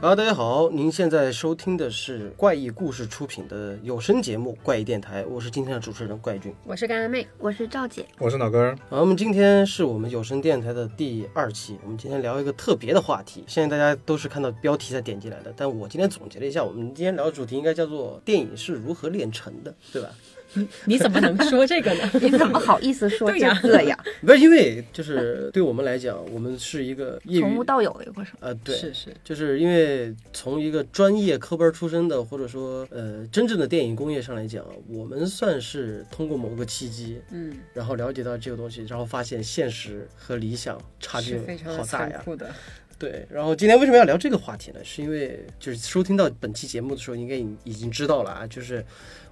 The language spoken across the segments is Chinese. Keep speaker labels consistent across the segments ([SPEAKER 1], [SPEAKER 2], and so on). [SPEAKER 1] 哈喽，大家好，您现在收听的是怪异故事出品的有声节目《怪异电台》，我是今天的主持人怪俊。
[SPEAKER 2] 我是干干妹，
[SPEAKER 3] 我是赵姐，
[SPEAKER 4] 我是脑根儿，
[SPEAKER 1] 好，我们今天是我们有声电台的第二期，我们今天聊一个特别的话题。现在大家都是看到标题才点进来的，但我今天总结了一下，我们今天聊的主题应该叫做“电影是如何炼成的”，对吧？
[SPEAKER 2] 你怎么能说这个呢？
[SPEAKER 3] 你怎么好意思说
[SPEAKER 2] 对
[SPEAKER 3] 这
[SPEAKER 2] 呀
[SPEAKER 3] 个 呀？
[SPEAKER 1] 不是因为啊就是对我们来讲，我们是一个业
[SPEAKER 3] 从
[SPEAKER 1] 余
[SPEAKER 3] 无，到有的过程，
[SPEAKER 1] 呃，对，
[SPEAKER 2] 是是，
[SPEAKER 1] 就是因为从一个专业科班出身的，或者说呃真正的电影工业上来讲，我们算是通过某个契机，
[SPEAKER 2] 嗯，
[SPEAKER 1] 然后了解到这个东西，然后发现现实和理想差距
[SPEAKER 2] 是非常
[SPEAKER 1] 好啊大
[SPEAKER 2] 残
[SPEAKER 1] 呀。
[SPEAKER 2] 酷的。
[SPEAKER 1] 对，然后今天为什么要聊这个话题呢？是因为就是收听到本期节目的时候，应该已已经知道了啊，就是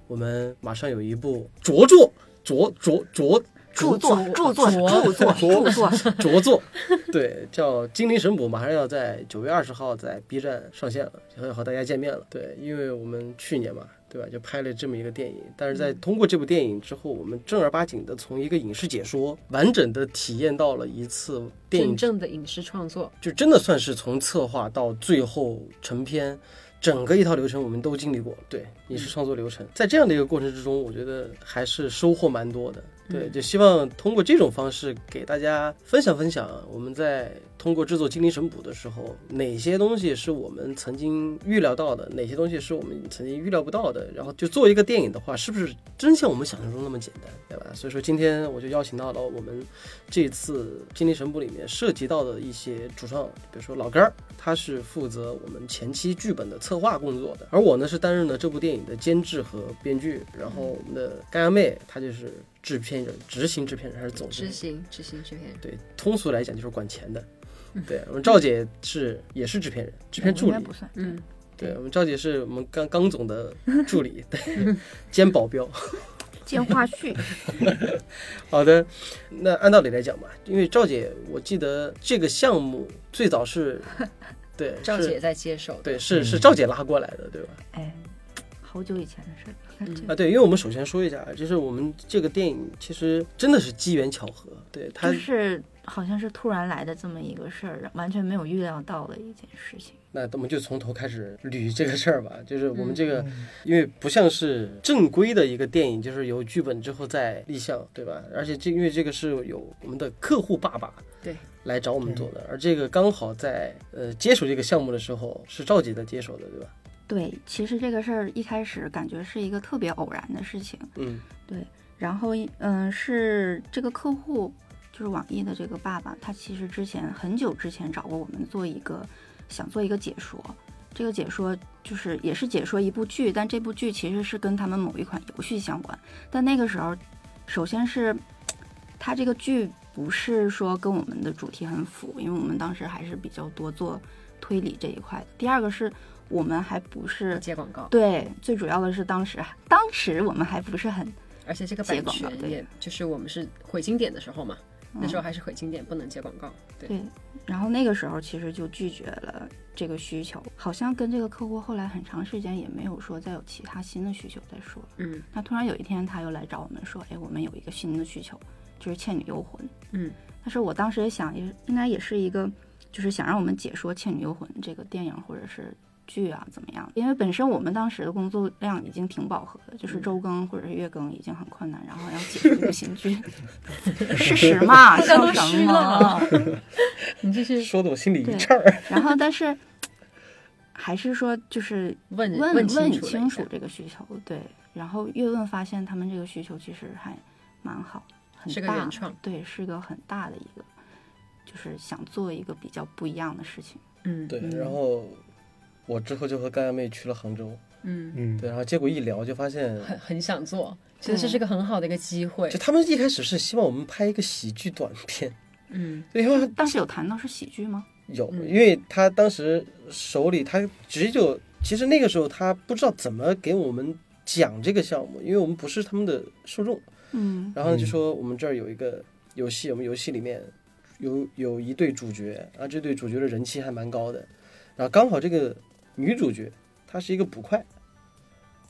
[SPEAKER 1] 我们马上有一部着作着着着
[SPEAKER 3] 著作、著作、
[SPEAKER 2] 着
[SPEAKER 3] 著作、著作，
[SPEAKER 1] 着作，对，叫《精灵神捕》，马上要在九月二十号在 B 站上线了，要和大家见面了。对，因为我们去年嘛，对吧，就拍了这么一个电影，但是在通过这部电影之后，我们正儿八经的从一个影视解说，完整的体验到了一次电影嗯
[SPEAKER 2] 真，正的影视创作，
[SPEAKER 1] 就真的算是从策划到最后成片。整个一套流程我们都经历过，对影视创作流程，在这样的一个过程之中，我觉得还是收获蛮多的。对，
[SPEAKER 2] 嗯
[SPEAKER 1] 就希望通过这种方式给大家分享分享，我们在通过制作《精灵神捕》的时候，哪些东西是我们曾经预料到的，哪些东西是我们曾经预料不到的。然后就做一个电影的话，是不是真像我们想象中那么简单，对吧？所以说今天我就邀请到了我们这次《精灵神捕》里面涉及到的一些主创，比如说老根儿，他是负责我们前期剧本的策划工作的，而我呢是担任了这部电影的监制和编剧，然后我们的干阳妹她就是制片人、执行制片人还是总制
[SPEAKER 2] 执
[SPEAKER 1] 片人？
[SPEAKER 2] 行执行制片人，
[SPEAKER 1] 对，通俗来讲就是管钱 的。对我们赵姐是也是制片人、制片助
[SPEAKER 3] 应该
[SPEAKER 1] 理
[SPEAKER 3] 不，算。
[SPEAKER 2] 嗯，
[SPEAKER 1] 对我们赵姐是我们刚刚总的助理，对， 兼保镖。
[SPEAKER 3] 见话絮，
[SPEAKER 1] 好的，那按道理来讲吧，因为赵姐，我记得这个项目最早 是，对，
[SPEAKER 2] 赵
[SPEAKER 1] 是
[SPEAKER 2] 姐在接手的，
[SPEAKER 1] 对，是是赵姐拉过来的，对吧？
[SPEAKER 3] 哎，好久以前的事儿了
[SPEAKER 2] 嗯
[SPEAKER 3] 这
[SPEAKER 1] 啊，
[SPEAKER 3] 个。
[SPEAKER 1] 对，因为我们首先说一下，啊就是我们这个电影其实真的是机缘巧合，对它
[SPEAKER 3] 就是好像是突然来的这么一个事儿，完全没有预料到的一件事情。
[SPEAKER 1] 那我们就从头开始捋这个事儿吧，就是我
[SPEAKER 2] 嗯
[SPEAKER 1] 们这个，因为不像是正规的一个电影，就是有剧本之后再立项，对吧？而且这因为这个是有我们的客户爸爸
[SPEAKER 2] 对
[SPEAKER 1] 来找我们做的，而这个刚好在呃接手这个项目的时候是赵姐在接手的，对吧？
[SPEAKER 3] 对，其实这个事儿一开始感觉是一个特别偶然的事情，
[SPEAKER 1] 嗯
[SPEAKER 3] 然后一嗯是这个客户，就是网易的这个爸爸，他其实之前很久之前找过我们做一个想做一个解说，这个解说就是也是解说一部剧，但这部剧其实是跟他们某一款游戏相关，但那个时候首先是他这个剧不是说跟我们的主题很符，因为我们当时还是比较多做推理这一块的。第二个是我们还不是。
[SPEAKER 2] 接广告，
[SPEAKER 3] 对，最主要的是当时，当时我们还不是很嗯
[SPEAKER 2] 而且这个
[SPEAKER 3] 接
[SPEAKER 2] 版
[SPEAKER 3] 广告
[SPEAKER 2] 权
[SPEAKER 3] 对
[SPEAKER 2] 也就是我们是毁经典的时候嘛，那时候还是毁经典，不能接广告，对，
[SPEAKER 3] 对，然后那个时候其实就拒绝了这个需求，好像跟这个客户后来很长时间也没有说再有其他新的需求再说了。
[SPEAKER 2] 嗯
[SPEAKER 3] 那突然有一天他又来找我们说，哎，我们有一个新的需求，就是《倩女幽魂》。
[SPEAKER 2] 嗯，
[SPEAKER 3] 但是我当时也想，也应该也是一个，就是想让我们解说《倩女幽魂》这个电影或者是剧啊怎么样？因为本身我们当时的工作量已经挺饱和的，就是周更 或者是月更已经很困难，然后要解说一部新剧，事实嘛，
[SPEAKER 2] 大家
[SPEAKER 3] 笑
[SPEAKER 2] 都
[SPEAKER 3] 什
[SPEAKER 2] 虚
[SPEAKER 3] 么
[SPEAKER 2] 了？你这是
[SPEAKER 1] 说的我心里一
[SPEAKER 3] 对
[SPEAKER 1] 颤儿。
[SPEAKER 3] 然后但是还是说就是
[SPEAKER 2] 问
[SPEAKER 3] 问
[SPEAKER 2] 清
[SPEAKER 3] 你
[SPEAKER 2] 楚了
[SPEAKER 3] 清
[SPEAKER 2] 一
[SPEAKER 3] 楚
[SPEAKER 2] 下，
[SPEAKER 3] 这个需求，对。然后越问发现他们这个需求其实还蛮好，很
[SPEAKER 2] 是个
[SPEAKER 3] 大
[SPEAKER 2] 原
[SPEAKER 3] 的
[SPEAKER 2] 创
[SPEAKER 3] 对，是个很大的一个，就是想做一个比较不一样的事情。
[SPEAKER 2] 嗯，
[SPEAKER 1] 对，然后我之后就和干干妹去了杭州，
[SPEAKER 2] 嗯，
[SPEAKER 4] 嗯，
[SPEAKER 1] 对，然后结果一聊就发现，
[SPEAKER 2] 很很想做，其实这是个很好的一个机会
[SPEAKER 1] 就，他们一开始是希望我们拍一个喜剧短片，
[SPEAKER 2] 嗯，
[SPEAKER 1] 对，因为他
[SPEAKER 3] 但是有谈到是喜剧吗？
[SPEAKER 1] 有，
[SPEAKER 2] 嗯
[SPEAKER 1] 因为他当时手里他直接就，其实那个时候他不知道怎么给我们讲这个项目，因为我们不是他们的受众，
[SPEAKER 3] 嗯
[SPEAKER 1] 然后呢就
[SPEAKER 4] 嗯
[SPEAKER 1] 说我们这儿有一个游戏，我们游戏里面有有一对主角啊，这对主角的人气还蛮高的，然后刚好这个女主角她是一个捕快，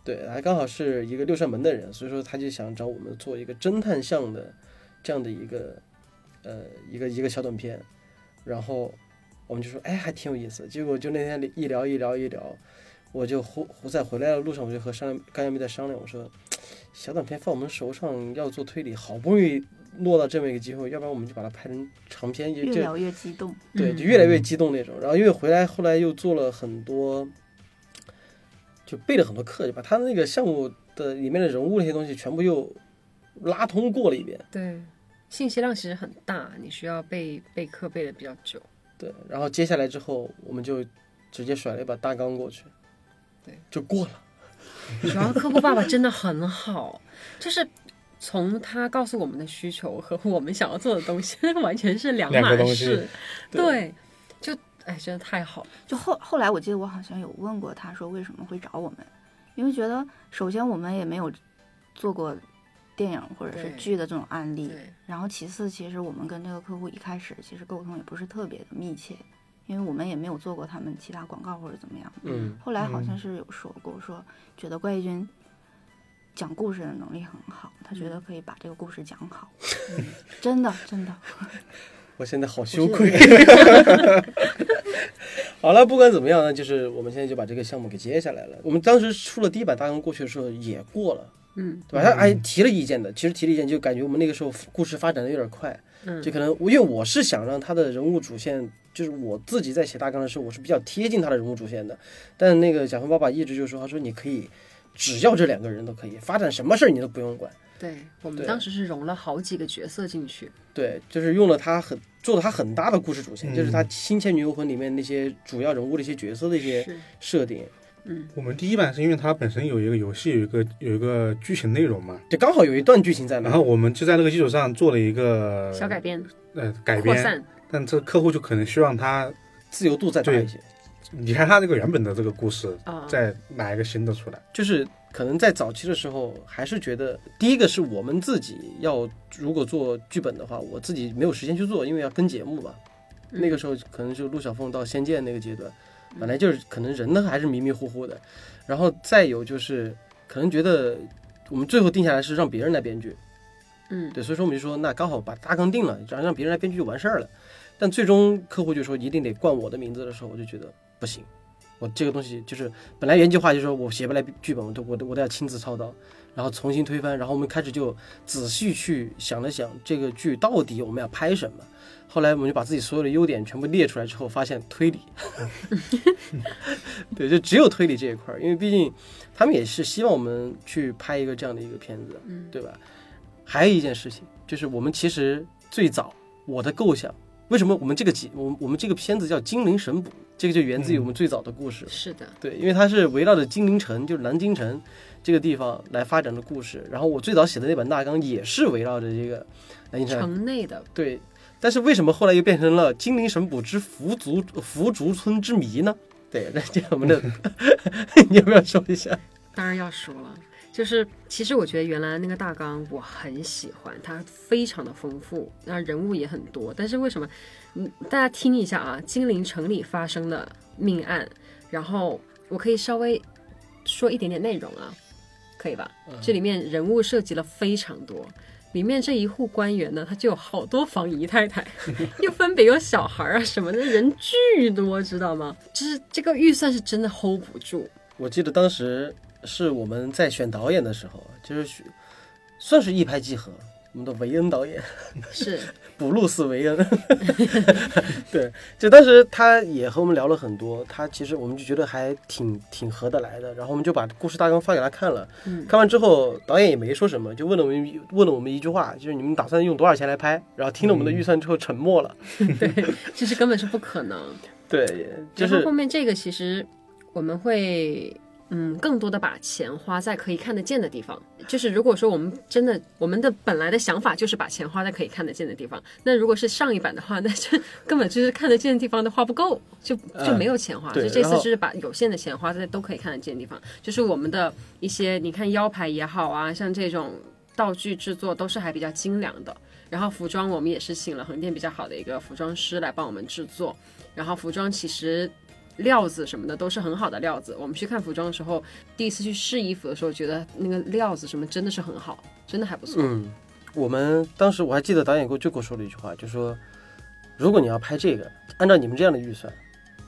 [SPEAKER 1] 对，还刚好是一个六扇门的人，所以说他就想找我们做一个侦探向的这样的一个呃一个一个小短片，然后我们就说哎还挺有意思。结果就那天一聊一聊一聊，我就回在回来的路上我就和商量甘亚明在商量，我说小短片放我们手上要做推理，好不容易落到这么一个机会，要不然我们就把它拍成长片，就
[SPEAKER 3] 越
[SPEAKER 1] 就
[SPEAKER 3] 聊越激动。
[SPEAKER 1] 对，
[SPEAKER 2] 嗯
[SPEAKER 1] 就越来越激动那种。然后因为回来后来又做了很多，就备了很多课，就把他那个项目的里面的人物那些东西全部又拉通过了一遍。
[SPEAKER 2] 对，信息量其实很大，你需要备备课备的比较久。
[SPEAKER 1] 对，然后接下来之后我们就直接甩了一把大纲过去，
[SPEAKER 2] 对，
[SPEAKER 1] 就过了。
[SPEAKER 2] 主要客户爸爸真的很好， 就是从他告诉我们的需求和我们想要做的东西完全是两
[SPEAKER 4] 两个
[SPEAKER 2] 码
[SPEAKER 4] 东西
[SPEAKER 2] 事。
[SPEAKER 1] 对
[SPEAKER 2] 对，就哎，真的太好了。
[SPEAKER 3] 就后后来我记得我好像有问过他说为什么会找我们，因为觉得首先我们也没有做过电影或者是
[SPEAKER 2] 对
[SPEAKER 3] 剧的这种案例，
[SPEAKER 2] 对，
[SPEAKER 3] 然后其次其实我们跟这个客户一开始其实沟通也不是特别的密切，因为我们也没有做过他们其他广告或者怎么样。
[SPEAKER 1] 嗯，
[SPEAKER 3] 后来好像
[SPEAKER 4] 嗯
[SPEAKER 3] 是有说过，说觉得怪异君讲故事的能力很好，他觉得可以把这个故事讲好， 真的真的。
[SPEAKER 1] 我现在好
[SPEAKER 3] 是
[SPEAKER 1] 羞愧。好了，不管怎么样呢，就是我们现在就把这个项目给接下来了。我们当时出了第一版大纲过去的时候也过了，
[SPEAKER 2] 嗯
[SPEAKER 1] 对吧？他还提了意见的，其实提了意见就感觉我们那个时候故事发展的有点快，
[SPEAKER 2] 嗯
[SPEAKER 1] 就可能因为我是想让他的人物主线，就是我自己在写大纲的时候，我是比较贴近他的人物主线的。但那个甲方爸爸一直就说，他说你可以只要这两个人都可以发展什么事儿你都不用管。
[SPEAKER 2] 对我们
[SPEAKER 1] 对
[SPEAKER 2] 当时是融了好几个角色进去，
[SPEAKER 1] 对，就是用了他很做了他很大的故事主线，
[SPEAKER 4] 嗯
[SPEAKER 1] 就是他《新倩女幽魂》里面那些主要人物的一些角色的一些
[SPEAKER 2] 是
[SPEAKER 1] 设定，
[SPEAKER 2] 嗯
[SPEAKER 4] 我们第一版是因为它本身有一个游戏，有一个有一个剧情内容嘛，
[SPEAKER 1] 就刚好有一段剧情在那
[SPEAKER 4] 然。后我们就在那个基础上做了一个
[SPEAKER 2] 小改编
[SPEAKER 4] 呃改
[SPEAKER 2] 扩
[SPEAKER 4] 编，
[SPEAKER 2] 散，
[SPEAKER 4] 但这客户就可能希望他
[SPEAKER 1] 自由度再大
[SPEAKER 4] 对
[SPEAKER 1] 一些，
[SPEAKER 4] 离开他这个原本的这个故事，
[SPEAKER 2] 啊，
[SPEAKER 4] 再拿一个新的出来。
[SPEAKER 1] 就是可能在早期的时候，还是觉得第一个是我们自己要如果做剧本的话，我自己没有时间去做，因为要跟节目嘛。
[SPEAKER 2] 嗯
[SPEAKER 1] 那个时候可能就陆小凤到《仙剑》那个阶段，
[SPEAKER 4] 嗯
[SPEAKER 1] 本来就是可能人呢还是迷迷糊糊的，然后再有就是可能觉得我们最后定下来是让别人来编剧，
[SPEAKER 2] 嗯
[SPEAKER 1] 对，所以说我们就说那刚好把大纲定了，然后让别人来编剧就完事儿了。但最终客户就说一定得冠我的名字的时候，我就觉得不行，我这个东西就是本来原计划就是说我写不来剧本，我都我都我都要亲自操刀，然后重新推翻，然后我们开始就仔细去想了想这个剧到底我们要拍什么。后来我们就把自己所有的优点全部列出来之后，发现推理， 对，就只有推理这一块儿，因为毕竟他们也是希望我们去拍一个这样的一个片子，啊
[SPEAKER 2] 嗯
[SPEAKER 1] 对吧？还有一件事情，就是我们其实最早我的构想，为什么我们这个集，我们我们这个片子叫《精灵神捕》，这个就源自于我们最早的故事。
[SPEAKER 2] 是的，
[SPEAKER 1] 对，因为它是围绕着金陵城，就是南京城这个地方来发展的故事。然后我最早写的那本大纲也是围绕着这个南京城。
[SPEAKER 2] 城内的
[SPEAKER 1] 对，但是为什么后来又变成了《金陵神捕之福族福竹村之谜》呢？对，那这个我们的， 你要不要说一下？
[SPEAKER 2] 当然要说了，就是其实我觉得原来那个大纲我很喜欢，它非常的丰富，那人物也很多。但是为什么，嗯，大家听一下啊，金陵城里发生的命案，然后我可以稍微说一点点内容啊，可以吧？这里面人物涉及了非常多。里面这一户官员呢，他就有好多房姨太太，又分别有小孩儿啊什么的，人巨多，知道吗？就是这个预算是真的 hold 不住，
[SPEAKER 1] 我记得当时是我们在选导演的时候，就是选算是一拍即合。我们的维恩导演，
[SPEAKER 2] 是
[SPEAKER 1] 布鲁斯·维恩， 对，就当时他也和我们聊了很多，他其实我们就觉得还挺挺合得来的，然后我们就把故事大纲发给他看了，
[SPEAKER 2] 嗯
[SPEAKER 1] 看完之后导演也没说什么，就问了我们一问了我们一句话，就是你们打算用多少钱来拍？然后听了我们的预算之后沉默
[SPEAKER 2] 嗯
[SPEAKER 1] 了，
[SPEAKER 2] 对，就是根本是不可能。
[SPEAKER 1] 对，就
[SPEAKER 2] 然后
[SPEAKER 1] 是
[SPEAKER 2] 后面这个其实我们会。嗯，更多的把钱花在可以看得见的地方。就是如果说我们真的，我们的本来的想法就是把钱花在可以看得见的地方。那如果是上一版的话， 那就根本就是看得见的地方都花不够，就就
[SPEAKER 1] 嗯
[SPEAKER 2] 没有钱花。
[SPEAKER 1] 对
[SPEAKER 2] 就这
[SPEAKER 1] 然
[SPEAKER 2] 次
[SPEAKER 1] 后
[SPEAKER 2] 就是把有限的钱花在都可以看得见的地方。就是我们的一些，你看腰牌也好啊，像这种道具制作都是还比较精良的。然后服装我们也是请了横店比较好的一个服装师来帮我们制作。然后服装其实料子什么的都是很好的料子。我们去看服装的时候，第一次去试衣服的时候，觉得那个料子什么真的是很好，真的还不错。
[SPEAKER 1] 嗯，我们当时我还记得导演给我就给我说了一句话，就说如果你要拍这个，按照你们这样的预算，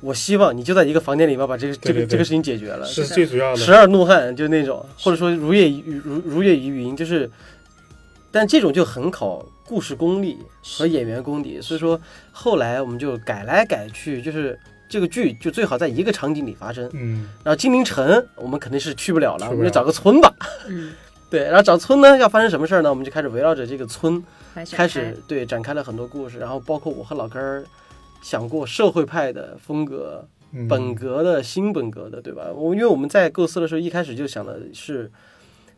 [SPEAKER 1] 我希望你就在一个房间里边把这个这
[SPEAKER 4] 对
[SPEAKER 1] 个
[SPEAKER 4] 对对
[SPEAKER 1] 这个事情解决了。
[SPEAKER 4] 呃是
[SPEAKER 2] 是的
[SPEAKER 4] 最主要
[SPEAKER 1] 十
[SPEAKER 4] 的。
[SPEAKER 1] 二怒汉就那种，或者说如月如如月如云，就是，但这种就很考故事功力和演员功底，所以说后来我们就改来改去，就是这个剧就最好在一个场景里发生。
[SPEAKER 4] 嗯，
[SPEAKER 1] 然后金陵城我们肯定是去不了了，
[SPEAKER 4] 去不
[SPEAKER 1] 我们就
[SPEAKER 4] 了
[SPEAKER 1] 找个村吧。
[SPEAKER 2] 嗯，
[SPEAKER 1] 对，然后找村呢要发生什么事儿呢？我们就开始围绕着这个村
[SPEAKER 2] 来
[SPEAKER 1] 开
[SPEAKER 2] 展开
[SPEAKER 1] 始对展开了很多故事，然后包括我和老根儿想过社会派的风格，
[SPEAKER 4] 嗯
[SPEAKER 1] 本格的新本格的，对吧？我因为我们在构思的时候，一开始就想的是，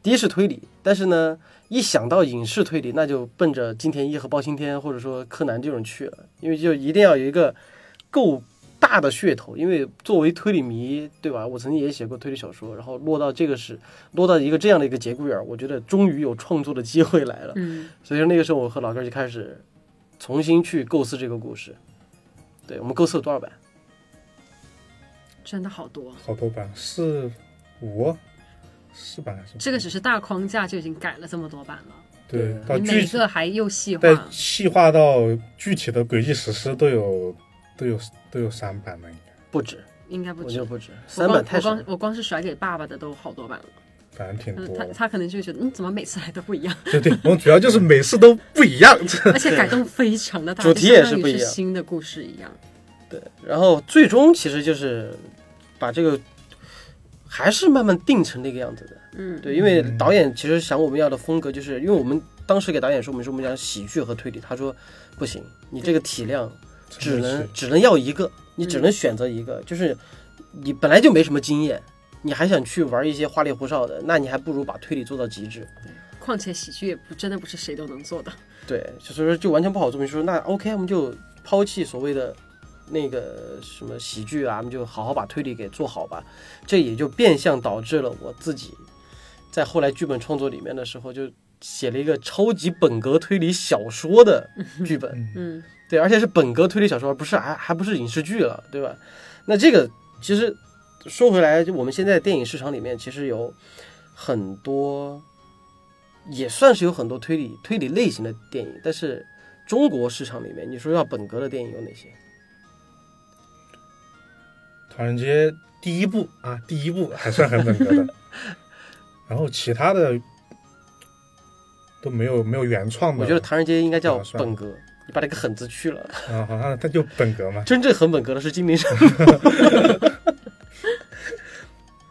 [SPEAKER 1] 第一是推理，但是呢，一想到影视推理，那就奔着金田一和包青天或者说柯南这种去了，因为就一定要有一个够大的噱头。因为作为推理迷，对吧？我曾经也写过推理小说，然后落到这个是落到一个这样的一个节骨眼儿，我觉得终于有创作的机会来了。
[SPEAKER 2] 嗯，
[SPEAKER 1] 所以说那个时候，我和老哥儿就开始重新去构思这个故事。对我们构思了多少版？
[SPEAKER 2] 真的好多。
[SPEAKER 4] 好多版是五啊四版还是
[SPEAKER 2] 这个只是大框架就已经改了这么多版了，
[SPEAKER 4] 对
[SPEAKER 1] 对
[SPEAKER 4] 到
[SPEAKER 2] 你每
[SPEAKER 4] 具
[SPEAKER 2] 一
[SPEAKER 4] 体
[SPEAKER 2] 个还又细
[SPEAKER 4] 在
[SPEAKER 2] 化，
[SPEAKER 4] 细化到具体的轨迹实施都有都有都有三版了，应该
[SPEAKER 1] 不止。
[SPEAKER 2] 应该不
[SPEAKER 1] 我
[SPEAKER 2] 止
[SPEAKER 1] 觉得。不止，
[SPEAKER 2] 我
[SPEAKER 1] 三
[SPEAKER 2] 光
[SPEAKER 1] 版太
[SPEAKER 2] 我
[SPEAKER 1] 少
[SPEAKER 2] 光。我光是甩给爸爸的都好多版了，
[SPEAKER 4] 反正挺
[SPEAKER 2] 嗯，
[SPEAKER 4] 多
[SPEAKER 2] 他。他可能就会觉得，嗯，怎么每次来都不一样，
[SPEAKER 4] 对对，我们主要就是每次都不一样。
[SPEAKER 2] 而且改动非常的大，
[SPEAKER 1] 主
[SPEAKER 2] 就
[SPEAKER 1] 题也
[SPEAKER 2] 相当
[SPEAKER 1] 是
[SPEAKER 2] 于
[SPEAKER 1] 不一
[SPEAKER 2] 是
[SPEAKER 1] 样
[SPEAKER 2] 新的故事一样。
[SPEAKER 1] 对，然后最终其实就是把这个还是慢慢定成那个样子的。
[SPEAKER 2] 嗯，
[SPEAKER 1] 对，因为导演其实想我们要的风格，就是因为我们当时给导演说，我们说我们要喜剧和推理，他说不行，你这个体量只能只能要一个，你
[SPEAKER 2] 嗯
[SPEAKER 1] 只能选择一个，就是你本来就没什么经验。你还想去玩一些花里胡哨的，那你还不如把推理做到极致。
[SPEAKER 2] 况且喜剧也不真的不是谁都能做的。
[SPEAKER 1] 对，所以说就完全不好做。你说那 OK，我们就抛弃所谓的那个什么喜剧啊，我们就好好把推理给做好吧。这也就变相导致了我自己在后来剧本创作里面的时候，就写了一个超级本格推理小说的剧本。
[SPEAKER 2] 嗯，
[SPEAKER 1] 对，而且是本格推理小说，而不是还还不是影视剧了，对吧？那这个其实说回来，就我们现在电影市场里面，其实有很多，也算是有很多推理推理类型的电影，但是中国市场里面，你说要本格的电影有哪些？
[SPEAKER 4] 唐人街第一部啊，第一部还算很本格 的，然后其他的都没有没有原创的。
[SPEAKER 1] 我觉得《唐人街》应该叫
[SPEAKER 4] 啊算了
[SPEAKER 1] 本格，你把这个“狠”字去了。
[SPEAKER 4] 啊，好像它就本格嘛。
[SPEAKER 1] 真正很本格的是金陵神。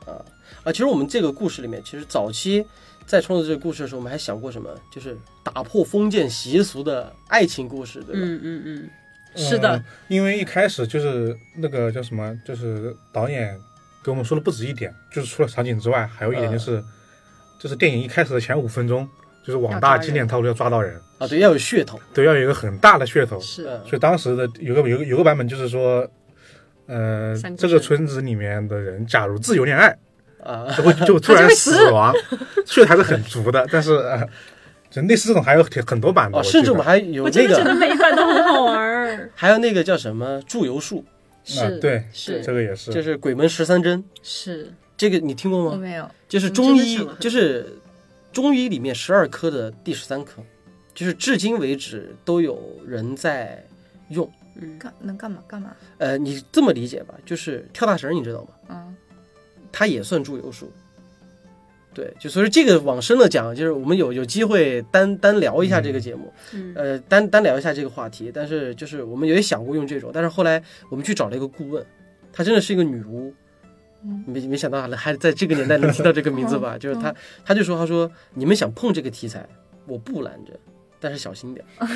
[SPEAKER 1] 啊 啊！其实我们这个故事里面，其实早期在创作这个故事的时候，我们还想过什么，就是打破封建习俗的爱情故事，对吧？
[SPEAKER 2] 嗯嗯嗯，是的
[SPEAKER 4] 嗯，因为一开始就是那个叫什么，就是导演给我们说的不止一点，就是除了场景之外，还有一点
[SPEAKER 1] 嗯
[SPEAKER 4] 就是，就是电影一开始的前五分钟，就是
[SPEAKER 2] 要
[SPEAKER 4] 网
[SPEAKER 2] 抓
[SPEAKER 4] 大
[SPEAKER 2] 人
[SPEAKER 4] 纪念套路要抓到人，
[SPEAKER 1] 啊，对，要有噱头。
[SPEAKER 4] 对，要有一个很大的噱头。
[SPEAKER 2] 是
[SPEAKER 1] 嗯
[SPEAKER 4] 所以当时的有个有个有个版本就是说，呃
[SPEAKER 2] 三，个
[SPEAKER 4] 这个
[SPEAKER 2] 村
[SPEAKER 4] 村子里面的人假如自由恋爱，
[SPEAKER 1] 啊，
[SPEAKER 4] 就会 就突然
[SPEAKER 2] 会死
[SPEAKER 4] 死亡，血还是很足的。但是，呃、就类似这种还有挺很多版的，
[SPEAKER 1] 哦，
[SPEAKER 4] 记
[SPEAKER 1] 甚至
[SPEAKER 4] 得
[SPEAKER 1] 我们还有
[SPEAKER 2] 我真
[SPEAKER 1] 那
[SPEAKER 2] 的觉得
[SPEAKER 1] 个，
[SPEAKER 2] 每一版都很好玩 儿。
[SPEAKER 1] 还有那个叫什么祝由术，
[SPEAKER 2] 是，
[SPEAKER 4] 啊对
[SPEAKER 2] 是
[SPEAKER 4] 这个也是，
[SPEAKER 1] 就是鬼门十三针，
[SPEAKER 2] 是，
[SPEAKER 1] 这个你听过
[SPEAKER 3] 我
[SPEAKER 1] 吗？
[SPEAKER 3] 没有，
[SPEAKER 1] 就是
[SPEAKER 2] 嗯
[SPEAKER 1] 中
[SPEAKER 2] 真的
[SPEAKER 1] 医
[SPEAKER 2] 想了，很
[SPEAKER 1] 就是中医里面十二科的第十三科，就是至今为止都有人在用。
[SPEAKER 2] 嗯，
[SPEAKER 3] 干能干嘛干嘛？
[SPEAKER 1] 呃，你这么理解吧，就是跳大神儿，你知道吗？
[SPEAKER 3] 嗯，
[SPEAKER 1] 它也算祝由术。对，就所以这个往深了讲，就是我们有有机会单单聊一下这个节目，
[SPEAKER 2] 嗯
[SPEAKER 1] 呃，单单聊一下这个话题。但是就是我们也想过用这种，但是后来我们去找了一个顾问，她真的是一个女巫，
[SPEAKER 3] 嗯
[SPEAKER 1] 没没想到还在这个年代能听到这个名字吧？就是她，她就说，她说你们想碰这个题材，我不拦着，但是小心点儿，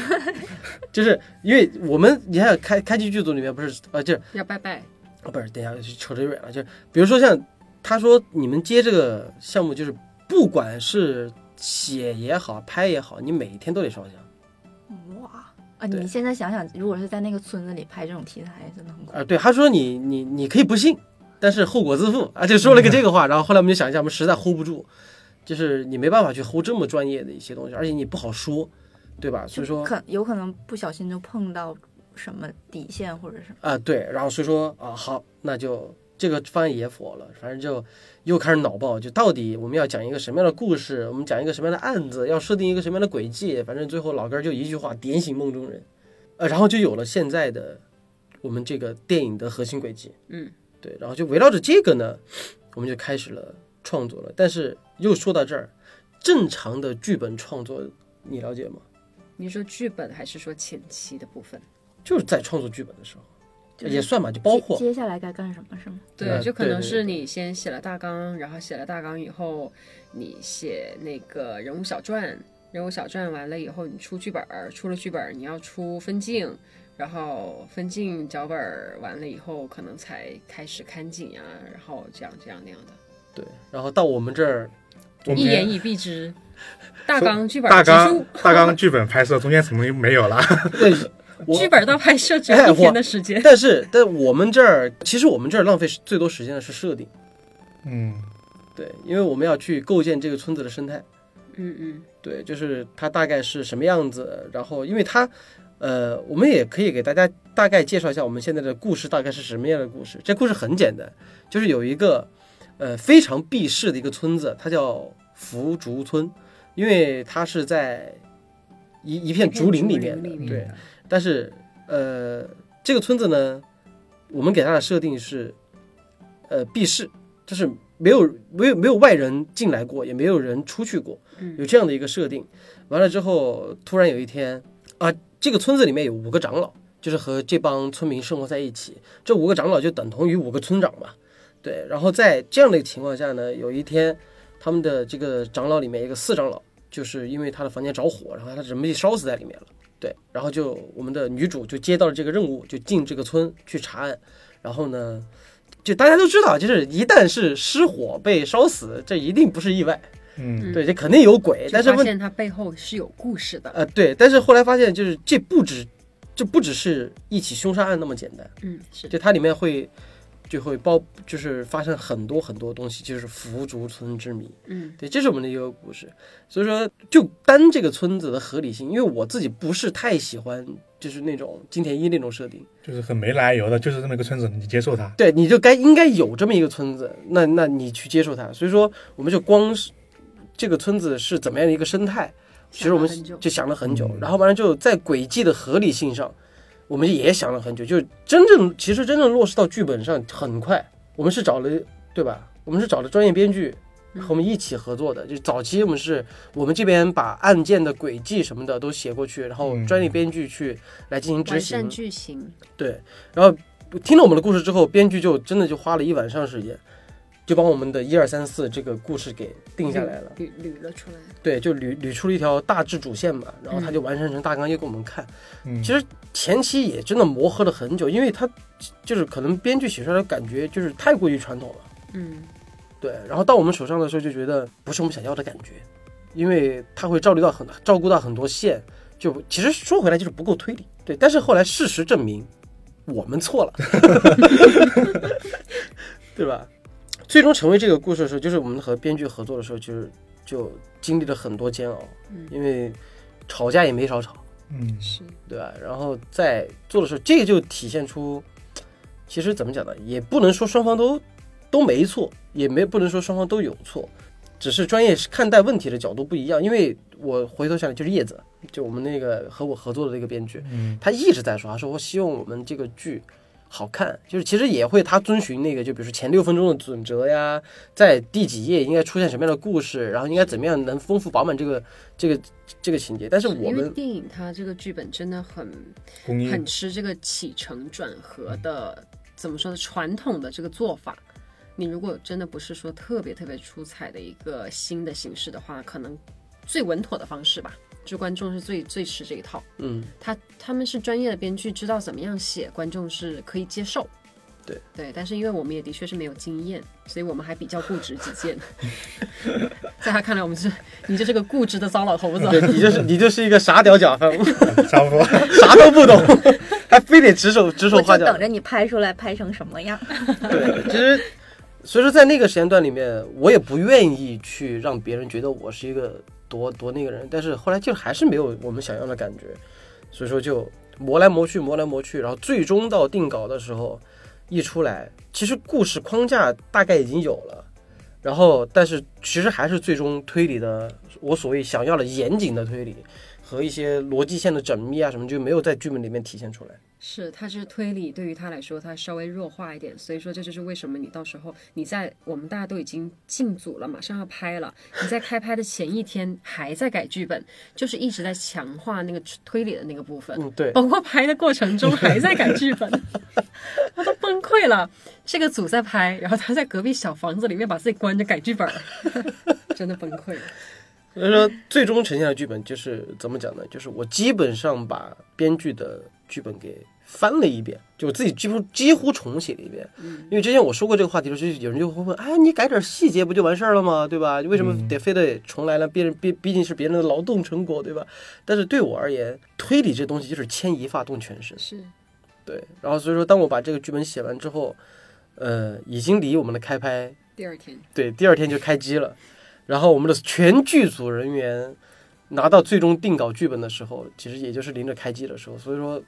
[SPEAKER 1] 就是因为我们你看开开剧剧组里面不是呃，就是
[SPEAKER 2] 要拜拜，
[SPEAKER 1] 啊，不是，等一下扯得远了，就是比如说像他说你们接这个项目，就是不管是写也好，拍也好，你每一天都得烧香。
[SPEAKER 3] 哇啊！
[SPEAKER 1] 对
[SPEAKER 3] 你现在想想，如果是在那个村子里拍这种题材，真的很恐怖。
[SPEAKER 1] 啊，对，他说你你你可以不信，但是后果自负啊，就说了个这个话。然后后来我们就想一下，我们实在 hold 不住，就是你没办法去 hold 这么专业的一些东西，而且你不好说，对吧？所以说
[SPEAKER 3] 可有可能不小心就碰到什么底线或者什么。
[SPEAKER 1] 啊，对，然后所以说啊，好，那就这个方案也火了，反正就又开始脑爆，就到底我们要讲一个什么样的故事，我们讲一个什么样的案子，要设定一个什么样的轨迹，反正最后老根儿就一句话点醒梦中人，呃，然后就有了现在的。我们这个电影的核心轨迹。
[SPEAKER 2] 嗯，
[SPEAKER 1] 对，然后就围绕着这个呢，我们就开始了创作了。但是又说到这儿，正常的剧本创作你了解吗？
[SPEAKER 2] 你说剧本还是说前期的部分？
[SPEAKER 1] 就是在创作剧本的时候，
[SPEAKER 3] 就是
[SPEAKER 1] 也算吧，就包括
[SPEAKER 3] 接接下来该干什么是吗？
[SPEAKER 2] 对，
[SPEAKER 1] 呃
[SPEAKER 2] 就可
[SPEAKER 1] 对
[SPEAKER 2] 能
[SPEAKER 1] 对
[SPEAKER 2] 是
[SPEAKER 1] 对
[SPEAKER 2] 你先写了大纲，然后写了大纲以后，你写那个人物小传，人物小传完了以后，你出剧本儿，出了剧本儿你要出分镜，然后分镜脚本儿完了以后，可能才开始看景呀、然后这样这样那样的，
[SPEAKER 1] 对，然后到我们这儿，
[SPEAKER 4] 中
[SPEAKER 2] 一言
[SPEAKER 4] 间
[SPEAKER 2] 以蔽之，大纲剧本
[SPEAKER 4] 大
[SPEAKER 2] 儿结
[SPEAKER 4] 纲
[SPEAKER 2] 束，
[SPEAKER 4] 大纲 剧本拍摄中间什么就没有了，
[SPEAKER 1] 对，我
[SPEAKER 2] 剧本儿到拍摄只
[SPEAKER 1] 哎
[SPEAKER 2] 有
[SPEAKER 1] 我
[SPEAKER 2] 一天的时间。
[SPEAKER 1] 但是但我们这儿其实我们这儿浪费最多时间的是设定，
[SPEAKER 4] 嗯，
[SPEAKER 1] 对，因为我们要去构建这个村子的生态。
[SPEAKER 2] 嗯嗯，
[SPEAKER 1] 对，就是它大概是什么样子，然后因为它，呃，我们也可以给大家大概介绍一下我们现在的故事大概是什么样的故事。这故事很简单，就是有一个，呃，非常避世的一个村子，它叫福竹村，因为它是在一一片 竹林里面的，
[SPEAKER 2] 面
[SPEAKER 1] 对。但是，呃，这个村子呢，我们给它的设定是，呃，避世，就是没有没有没有外人进来过，也没有人出去过。
[SPEAKER 2] 嗯
[SPEAKER 1] 有这样的一个设定。完了之后，突然有一天啊，这个村子里面有五个长老，就是和这帮村民生活在一起。这五个长老就等同于五个村长嘛，对。然后在这样的一个情况下呢，有一天他们的这个长老里面一个四长老，就是因为他的房间着火，然后他人被烧死在里面了。对，然后就我们的女主就接到了这个任务，就进这个村去查案。然后呢，就大家都知道，就是一旦是失火被烧死，这一定不是意外，
[SPEAKER 4] 嗯，
[SPEAKER 1] 对，这肯定有鬼。但是
[SPEAKER 2] 就发
[SPEAKER 1] 哎问
[SPEAKER 2] 现它背后是有故事的。
[SPEAKER 1] 呃，对，但是后来发现，就是这不止，这不只是一起凶杀案那么简单，
[SPEAKER 2] 嗯，是
[SPEAKER 1] 就它里面会就会包，就是发生很多很多东西，就是福竹村之谜。
[SPEAKER 2] 嗯
[SPEAKER 1] 对，这是我们的一个故事。所以说，就单这个村子的合理性，因为我自己不是太喜欢，就是那种金田一那种设定。
[SPEAKER 4] 就是很没来由的，就是这么一个村子，你接受它，
[SPEAKER 1] 对，你就该应该有这么一个村子，那那你去接受它。所以说，我们就光是这个村子是怎么样的一个生态，其实我们
[SPEAKER 2] 想了很久
[SPEAKER 1] 就想了很久，
[SPEAKER 4] 嗯
[SPEAKER 1] 然后完了就在轨迹的合理性上，我们也想了很久。就是真正其实真正落实到剧本上很快，我们是找了对吧？我们是找了专业编剧
[SPEAKER 2] 嗯
[SPEAKER 1] 和我们一起合作的。就早期我们是我们这边把案件的轨迹什么的都写过去，然后
[SPEAKER 4] 嗯
[SPEAKER 1] 专业编剧去来进行执
[SPEAKER 2] 完
[SPEAKER 1] 行。
[SPEAKER 2] 善剧情，
[SPEAKER 1] 对，然后听了我们的故事之后，编剧就真的就花了一晚上时间，就把我们的一二三四这个故事给定下来了。
[SPEAKER 2] 捋捋了出来。
[SPEAKER 1] 对，就捋捋出了一条大致主线嘛，然后他
[SPEAKER 2] 嗯
[SPEAKER 1] 就完善成大纲又给我们看。
[SPEAKER 4] 嗯，
[SPEAKER 1] 其实前期也真的磨合了很久，因为他就是可能编剧写出来的感觉就是太过于传统了。
[SPEAKER 2] 嗯，
[SPEAKER 1] 对，然后到我们手上的时候就觉得不是我们想要的感觉，因为他会照顾到很照顾到很多线，就其实说回来就是不够推理。对，但是后来事实证明我们错了， 对吧？最终成为这个故事的时候，就是我们和编剧合作的时候，就是就经历了很多煎熬，
[SPEAKER 2] 嗯
[SPEAKER 1] 因为吵架也没少吵，
[SPEAKER 4] 嗯，
[SPEAKER 2] 是
[SPEAKER 1] 对吧？然后在做的时候，这个就体现出，其实怎么讲呢，也不能说双方都都没错，也没不能说双方都有错，只是专业看待问题的角度不一样。因为我回头想来，就是叶子，就我们那个和我合作的那个编剧，
[SPEAKER 4] 嗯，
[SPEAKER 1] 他一直在说，他说我希望我们这个剧好看，就是其实也会他遵循那个，就比如说前六分钟的准则呀，在第几页应该出现什么样的故事，然后应该怎么样能丰富饱满这个这个这个情节。但是我
[SPEAKER 2] 因为
[SPEAKER 1] 们嗯
[SPEAKER 2] 电影它这个剧本真的很
[SPEAKER 4] 公益，
[SPEAKER 2] 很吃这个起承转合的，怎么说呢？传统的这个做法，你如果真的不是说特别特别出彩的一个新的形式的话，可能最稳妥的方式吧，就观众是最最吃这一套。
[SPEAKER 1] 嗯。
[SPEAKER 2] 他他们是专业的编剧，知道怎么样写，观众是可以接受。
[SPEAKER 1] 对
[SPEAKER 2] 对，但是因为我们也的确是没有经验，所以我们还比较固执己 见。 在他看来，我们是你就是个固执的糟老头子。
[SPEAKER 1] 对你就是你就是一个傻屌 甲方，
[SPEAKER 4] 差不多，
[SPEAKER 1] 啥都不懂，还非得指手指手
[SPEAKER 3] 我
[SPEAKER 1] 画
[SPEAKER 3] 就
[SPEAKER 1] 脚
[SPEAKER 3] 等。着你拍出来拍成什么样。
[SPEAKER 1] 对，其实所以说在那个时间段里面，我也不愿意去让别人觉得我是一个多多那个人，但是后来就还是没有我们想要的感觉，所以说就磨来磨去，磨来磨去，然后最终到定稿的时候一出来，其实故事框架大概已经有了。然后，但是其实还是最终推理的，我所谓想要的严谨的推理和一些逻辑线的缜密啊什么就没有在剧本里面体现出来。
[SPEAKER 2] 是，它是推理，对于他来说，它稍微弱化一点，所以说这就是为什么你到时候你在我们大家都已经进组了，马上要拍了，你在开拍的前一天还在改剧本，就是一直在强化那个推理的那个部分，
[SPEAKER 1] 嗯，对，
[SPEAKER 2] 包括拍的过程中还在改剧 本，我都崩溃了。这个组在拍，然后他在隔壁小房子里面把自己关着改剧 本儿，真的崩溃了。
[SPEAKER 1] 所以说最终呈现的剧本就是怎么讲呢？就是我基本上把编剧的剧本给翻了一遍，就我自己几乎几乎重写了一遍。因为之前我说过这个话题的时候，就有人就会问：哎，你改点细节不就完事儿了吗？对吧？为什么得非得重来呢？别人毕毕竟是别人的劳动成果，对吧？但是对我而言，推理这东西就是牵一发动全身。
[SPEAKER 2] 是，
[SPEAKER 1] 对，然后所以说，当我把这个剧本写完之后，呃，已经离我们的开拍
[SPEAKER 2] 第二天
[SPEAKER 1] 对，第二天就开机了。然后我们的全剧组人员拿到最终定稿剧本的时候，其实也就是临着开机的时候。所以说，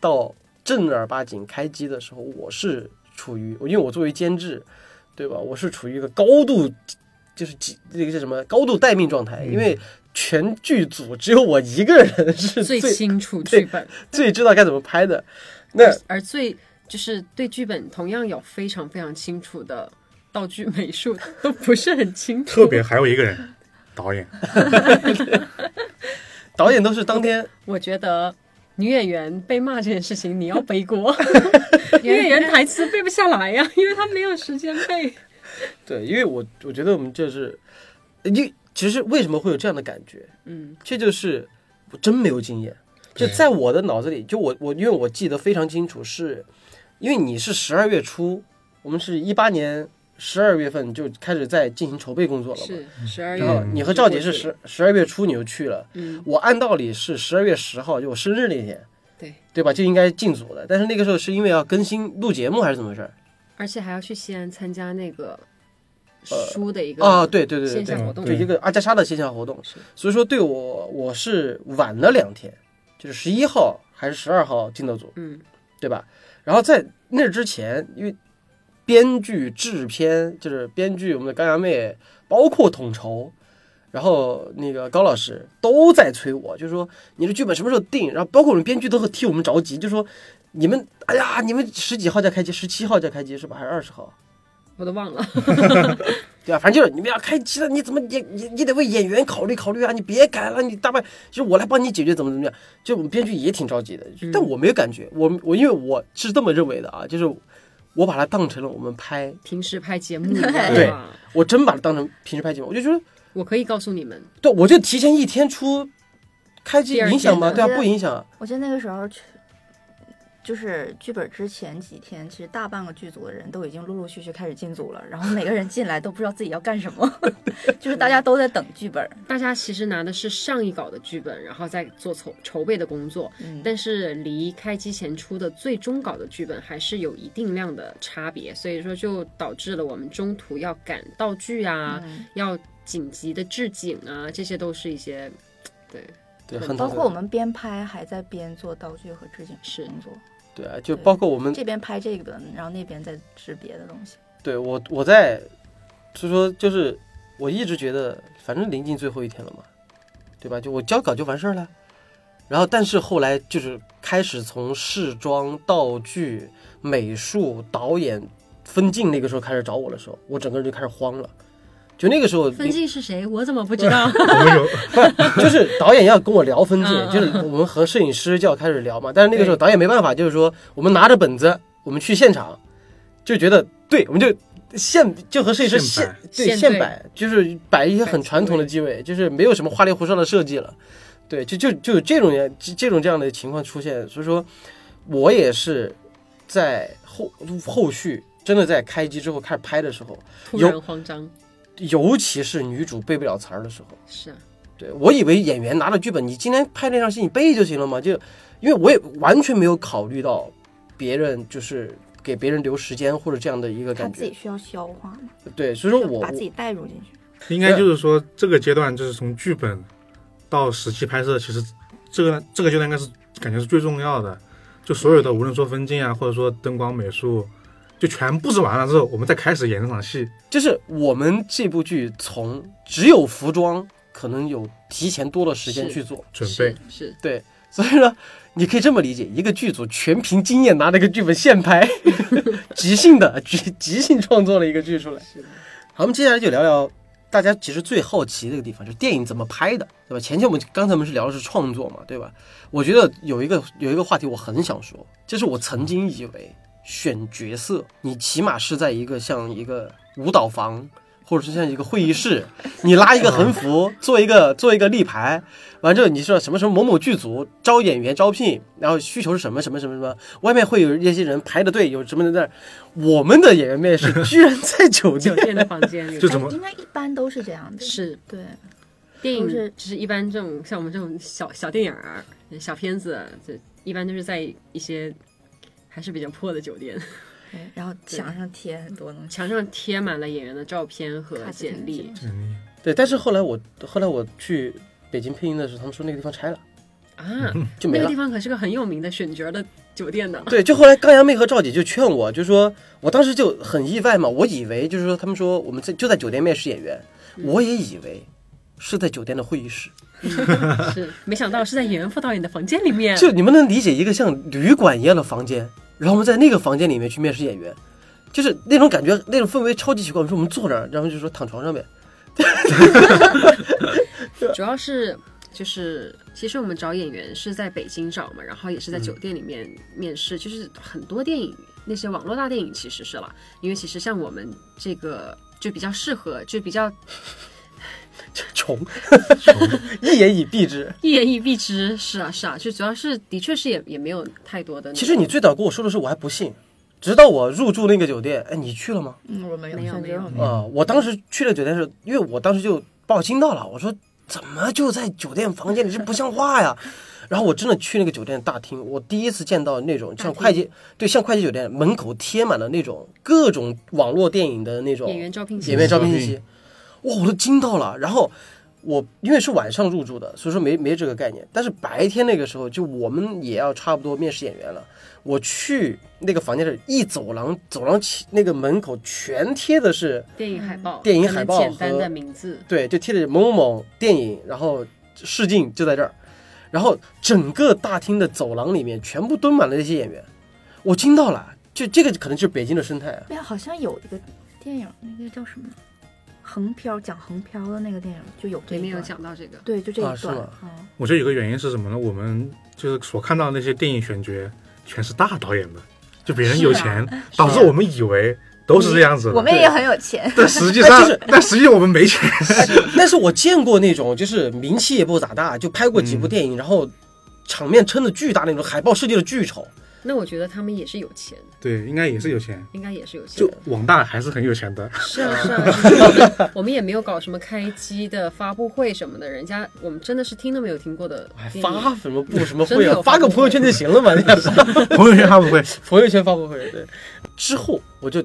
[SPEAKER 1] 到正儿八经开机的时候，我是处于，因为我作为监制，对吧？我是处于一个高度，就是几那个叫什么高度待命状态，因为全剧组只有我一个人是最
[SPEAKER 2] 最
[SPEAKER 1] 最
[SPEAKER 2] 清楚剧本，
[SPEAKER 1] 知道该怎么拍的。那
[SPEAKER 2] 而最就是对剧本同样有非常非常清楚的道具美术都不是很清楚，
[SPEAKER 4] 特别还有一个人，导演，
[SPEAKER 1] 导演都是当天
[SPEAKER 2] 我觉得女演员被骂这件事情你要背 锅，女演员台词背不下来呀、因为她没有时间背。
[SPEAKER 1] 对，因为我我觉得我们这是，因其实为什么会有这样的感觉？
[SPEAKER 2] 嗯，
[SPEAKER 1] 这就是我真没有经验。就
[SPEAKER 4] 对
[SPEAKER 1] 在我的脑子里，就我我因为我记得非常清楚是，因为你是十二月初，我们是一八年十二月份就开始在进行筹备工作了嘛。
[SPEAKER 2] 是十二
[SPEAKER 1] 然后
[SPEAKER 2] 月，
[SPEAKER 1] 你和赵姐是十十二月初你就去了，
[SPEAKER 2] 嗯，
[SPEAKER 1] 我按道理是十二月十号，就我生日那天，
[SPEAKER 2] 对
[SPEAKER 1] 对吧？就应该进组的，但是那个时候是因为要更新录节目还是怎么回事儿？
[SPEAKER 2] 而且还要去西安参加那个书的一个
[SPEAKER 1] 啊，对对对对
[SPEAKER 2] 线
[SPEAKER 1] 对
[SPEAKER 2] 下，活动，
[SPEAKER 1] 对
[SPEAKER 4] 对
[SPEAKER 1] 一个阿加莎的线下活动
[SPEAKER 2] 是，
[SPEAKER 1] 所以说对我我是晚了两天，就是十一号还是十二号进的组，
[SPEAKER 2] 嗯，
[SPEAKER 1] 对吧？然后在那之前，因为编剧、制片就是编剧我们的高衙妹，包括统筹，然后那个高老师都在催我，就说你的剧本什么时候定？然后包括我们编剧都替我们着急，就说你们哎呀，你们十几号再开机，十七号再开机是吧？还是二十号？
[SPEAKER 2] 我都忘了。
[SPEAKER 1] 对啊，反正就是你们要开机了，你怎么也也也得为演员考虑考虑啊！你别改了，你大半就是我来帮你解决，怎么怎么样。就我们编剧也挺着急的，
[SPEAKER 3] 嗯
[SPEAKER 1] 但我没有感觉，我我因为我是这么认为的啊，就是我把它当成了我们拍，
[SPEAKER 2] 平时拍节目一样
[SPEAKER 1] 对
[SPEAKER 2] 啊
[SPEAKER 1] 我真把它当成平时拍节目，我就觉得，
[SPEAKER 2] 我可以告诉你们，
[SPEAKER 1] 对，我就提前一天出，开机
[SPEAKER 2] 第二
[SPEAKER 1] 影响吗？
[SPEAKER 2] 天
[SPEAKER 1] 对
[SPEAKER 3] 的
[SPEAKER 1] 啊，不影响啊。
[SPEAKER 3] 我记得那个时候去，就是剧本之前几天，其实大半个剧组的人都已经陆陆续续开始进组了，然后每个人进来都不知道自己要干什么， 就是大家都在等剧本。
[SPEAKER 2] 大家其实拿的是上一稿的剧本，然后再做筹筹备的工作，
[SPEAKER 3] 嗯，
[SPEAKER 2] 但是离开机前出的最终稿的剧本还是有一定量的差别，所以说就导致了我们中途要赶道具啊，
[SPEAKER 3] 嗯
[SPEAKER 2] 要紧急的置景啊，这些都是一些对
[SPEAKER 1] 对，
[SPEAKER 2] 嗯对
[SPEAKER 1] 很
[SPEAKER 3] 包
[SPEAKER 1] 头
[SPEAKER 3] 括我们边拍还在边做道具和置景
[SPEAKER 2] 是
[SPEAKER 3] 工作，
[SPEAKER 1] 对啊，就包括我
[SPEAKER 2] 嗯
[SPEAKER 1] 们
[SPEAKER 3] 这边拍这个，然后那边在制别的东西。
[SPEAKER 1] 对我我在，所以说就是我一直觉得，反正临近最后一天了嘛，对吧？就我交稿就完事儿了。然后，但是后来就是开始从试妆、道具、美术、导演、分镜那个时候开始找我的时候，我整个人就开始慌了。就那个时候，
[SPEAKER 2] 分镜是谁，我怎么不 知道？
[SPEAKER 4] 我们有
[SPEAKER 1] 就是导演要跟我聊分
[SPEAKER 2] 嗯
[SPEAKER 1] 镜，
[SPEAKER 2] 嗯
[SPEAKER 1] 就是我们和摄影师就要开始聊嘛。但是那个时候导演没办法，就是说我们拿着本子，我们去现场，就觉得对，我们就现就和摄影师
[SPEAKER 4] 现
[SPEAKER 1] 现
[SPEAKER 4] 摆
[SPEAKER 1] 对
[SPEAKER 2] 现
[SPEAKER 1] 现
[SPEAKER 2] 对
[SPEAKER 1] 摆，就是摆一些
[SPEAKER 2] 摆
[SPEAKER 1] 很
[SPEAKER 2] 机
[SPEAKER 1] 传统的
[SPEAKER 2] 位
[SPEAKER 1] 机位，就是没有什么花里胡哨的设计了。对，就就就有这种这这种这样的情况出现，所以说我也是在后后续真的在开机之后开始拍的时候，
[SPEAKER 2] 突然慌张，
[SPEAKER 1] 尤其是女主背不了词儿的时候。
[SPEAKER 2] 是啊，
[SPEAKER 1] 对我以为演员拿了剧本，你今天拍那场戏你背就行了嘛，就因为我也完全没有考虑到别人就是给别人留时间或者这样的一个
[SPEAKER 3] 他
[SPEAKER 1] 感
[SPEAKER 3] 自己
[SPEAKER 1] 觉。
[SPEAKER 3] 需要消化嘛，
[SPEAKER 1] 对，所以说
[SPEAKER 3] 就
[SPEAKER 1] 我
[SPEAKER 3] 把自己带入进去。
[SPEAKER 4] 应该就是说这个阶段就是从剧本到实际拍摄，其实这个这个阶段应该是感觉是最重要的。就所有的无论说分镜啊，或者说灯光美术，就全布置完了之后，我们再开始演那场戏。
[SPEAKER 1] 就是我们这部剧从只有服装可能有提前多了时间
[SPEAKER 2] 是
[SPEAKER 1] 去做。
[SPEAKER 4] 准备
[SPEAKER 2] 是。是，
[SPEAKER 1] 所以说，你可以这么理解，一个剧组全凭经验拿了一个剧本现拍， 即兴的即即兴创作了一个剧出来。
[SPEAKER 2] 是的
[SPEAKER 1] 好，我们接下来就聊聊大家其实最好奇的一个地方，就是电影怎么拍的，对吧？前期我们刚才我们是聊的是创作嘛，对吧？我觉得有一个有一个话题我很想说，就是我曾经以为选角色，你起码是在一个像一个舞蹈房。或者是像一个会议室，你拉一个横幅，做一个做一个立牌，完之后你说什么什么某某剧组招演员招聘，然后需求是什么什么什么什么，外面会有一些人排着队，有什么人在那儿，我们的演员面试居然在酒店
[SPEAKER 2] 酒店的房 间里
[SPEAKER 4] 就怎么
[SPEAKER 3] 哎
[SPEAKER 5] 应该一般都是这样的。
[SPEAKER 2] 是
[SPEAKER 5] 对，
[SPEAKER 2] 电影
[SPEAKER 5] 都是
[SPEAKER 2] 就是一般这种像我们这种小小电影儿、啊小片子，这一般都是在一些还是比较破的酒店，
[SPEAKER 5] 对然后墙上贴很多东西，
[SPEAKER 2] 墙上贴满了演员的照片和
[SPEAKER 5] 卡斯
[SPEAKER 2] 简历
[SPEAKER 5] 定制
[SPEAKER 4] 嗯
[SPEAKER 1] 对，但是后来我后来我去北京配音的时候，他们说那个地方拆了，
[SPEAKER 2] 啊。
[SPEAKER 1] 就没
[SPEAKER 2] 那个
[SPEAKER 1] 了
[SPEAKER 2] 地。方可是个很有名的选角的酒店 呢。
[SPEAKER 1] 对，就后来高阳妹和赵姐就劝我，就说我当时就很意外嘛，我以为就是说他们说我们在就在酒店面试演员，
[SPEAKER 2] 嗯
[SPEAKER 1] 我也以为是在酒店的会议室。
[SPEAKER 2] 是，没想到是在演员副导演的房间里面。啊
[SPEAKER 1] 就你们能理解一个像旅馆一样的房间，然后我们在那个房间里面去面试演员，就是那种感觉，那种氛围超级奇怪。我们说我们坐那儿，然后就说躺床上呗。
[SPEAKER 2] 主要是就是，其实我们找演员是在北京找嘛，然后也是在
[SPEAKER 1] 嗯
[SPEAKER 2] 酒店里面面试，就是很多电影那些网络大电影其实是了，因为其实像我们这个就比较适合，就比较
[SPEAKER 1] 穷， 一言以蔽之。
[SPEAKER 2] 一言以蔽之，是啊是啊，就主要是的确是也也没有太多的那种。
[SPEAKER 1] 其实你最早跟我说的时候，我还不信，直到我入住那个酒店，哎，你去了吗？
[SPEAKER 5] 嗯，我没有
[SPEAKER 2] 没有
[SPEAKER 5] 选
[SPEAKER 2] 没
[SPEAKER 5] 择
[SPEAKER 2] 有
[SPEAKER 5] 我没
[SPEAKER 1] 啊、我当时去了酒店是，因为我当时就把我惊到了，我说怎么就在酒店房间里，这不像话呀！ 然后我真的去那个酒店大厅，我第一次见到那种像快捷对像快捷酒店门口贴满了那种各种网络电影的那种
[SPEAKER 2] 演员招聘信息
[SPEAKER 1] 演员招聘信息，哇，我都惊到了。然后我因为是晚上入住的，所以说没没这个概念。但是白天那个时候，就我们也要差不多面试演员了。我去那个房间的一走廊，走廊起那个门口全贴的是，
[SPEAKER 2] 电影海报、
[SPEAKER 1] 电影海报
[SPEAKER 2] 很简单
[SPEAKER 1] 和
[SPEAKER 2] 的名字，
[SPEAKER 1] 对，就贴的某某某电影，然后试镜就在这儿，然后整个大厅的走廊里面全部蹲满了那些演员，我惊到了。就这个可能就是北京的生态啊，
[SPEAKER 5] 有。哎，好像有一个电影，那个叫什么？横漂讲横漂的那个电影就有这
[SPEAKER 2] 里
[SPEAKER 5] 一
[SPEAKER 2] 面有
[SPEAKER 5] 段，
[SPEAKER 2] 讲到这个。
[SPEAKER 5] 对，就这
[SPEAKER 1] 啊
[SPEAKER 5] 一
[SPEAKER 1] 是
[SPEAKER 5] 段
[SPEAKER 1] 吗。
[SPEAKER 5] 嗯，
[SPEAKER 4] 我觉得有个原因是什么呢？我们就是所看到的那些电影选角全是大导演的，就别人有钱，导致我们以为都是这样子的。
[SPEAKER 5] 啊我们也很有钱，
[SPEAKER 4] 但实 际上，
[SPEAKER 1] 哎就是
[SPEAKER 4] 但实际我们没钱。
[SPEAKER 1] 但是我见过那种就是名气也不咋大，就拍过几部
[SPEAKER 2] 嗯
[SPEAKER 1] 电影，然后场面撑的巨大那种，海报设计的巨丑。
[SPEAKER 2] 那我觉得他们也是有钱，
[SPEAKER 4] 对，应该也是有钱。
[SPEAKER 2] 应该也是有钱
[SPEAKER 4] 就
[SPEAKER 2] 的。
[SPEAKER 4] 网大还是很有钱的，
[SPEAKER 2] 是啊是啊，就是 我们我们也没有搞什么开机的发布会什么的，人家我们真的是听都没有听过的
[SPEAKER 1] 还
[SPEAKER 2] 电影
[SPEAKER 1] 发什么不什么
[SPEAKER 2] 哎真
[SPEAKER 1] 会
[SPEAKER 2] 的
[SPEAKER 1] 啊？
[SPEAKER 2] 有发
[SPEAKER 1] 发个
[SPEAKER 2] 布
[SPEAKER 1] 朋友
[SPEAKER 2] 会
[SPEAKER 1] 圈就行了嘛，你想
[SPEAKER 4] 朋友圈发布会。
[SPEAKER 1] 朋友圈发布会。对，之后我就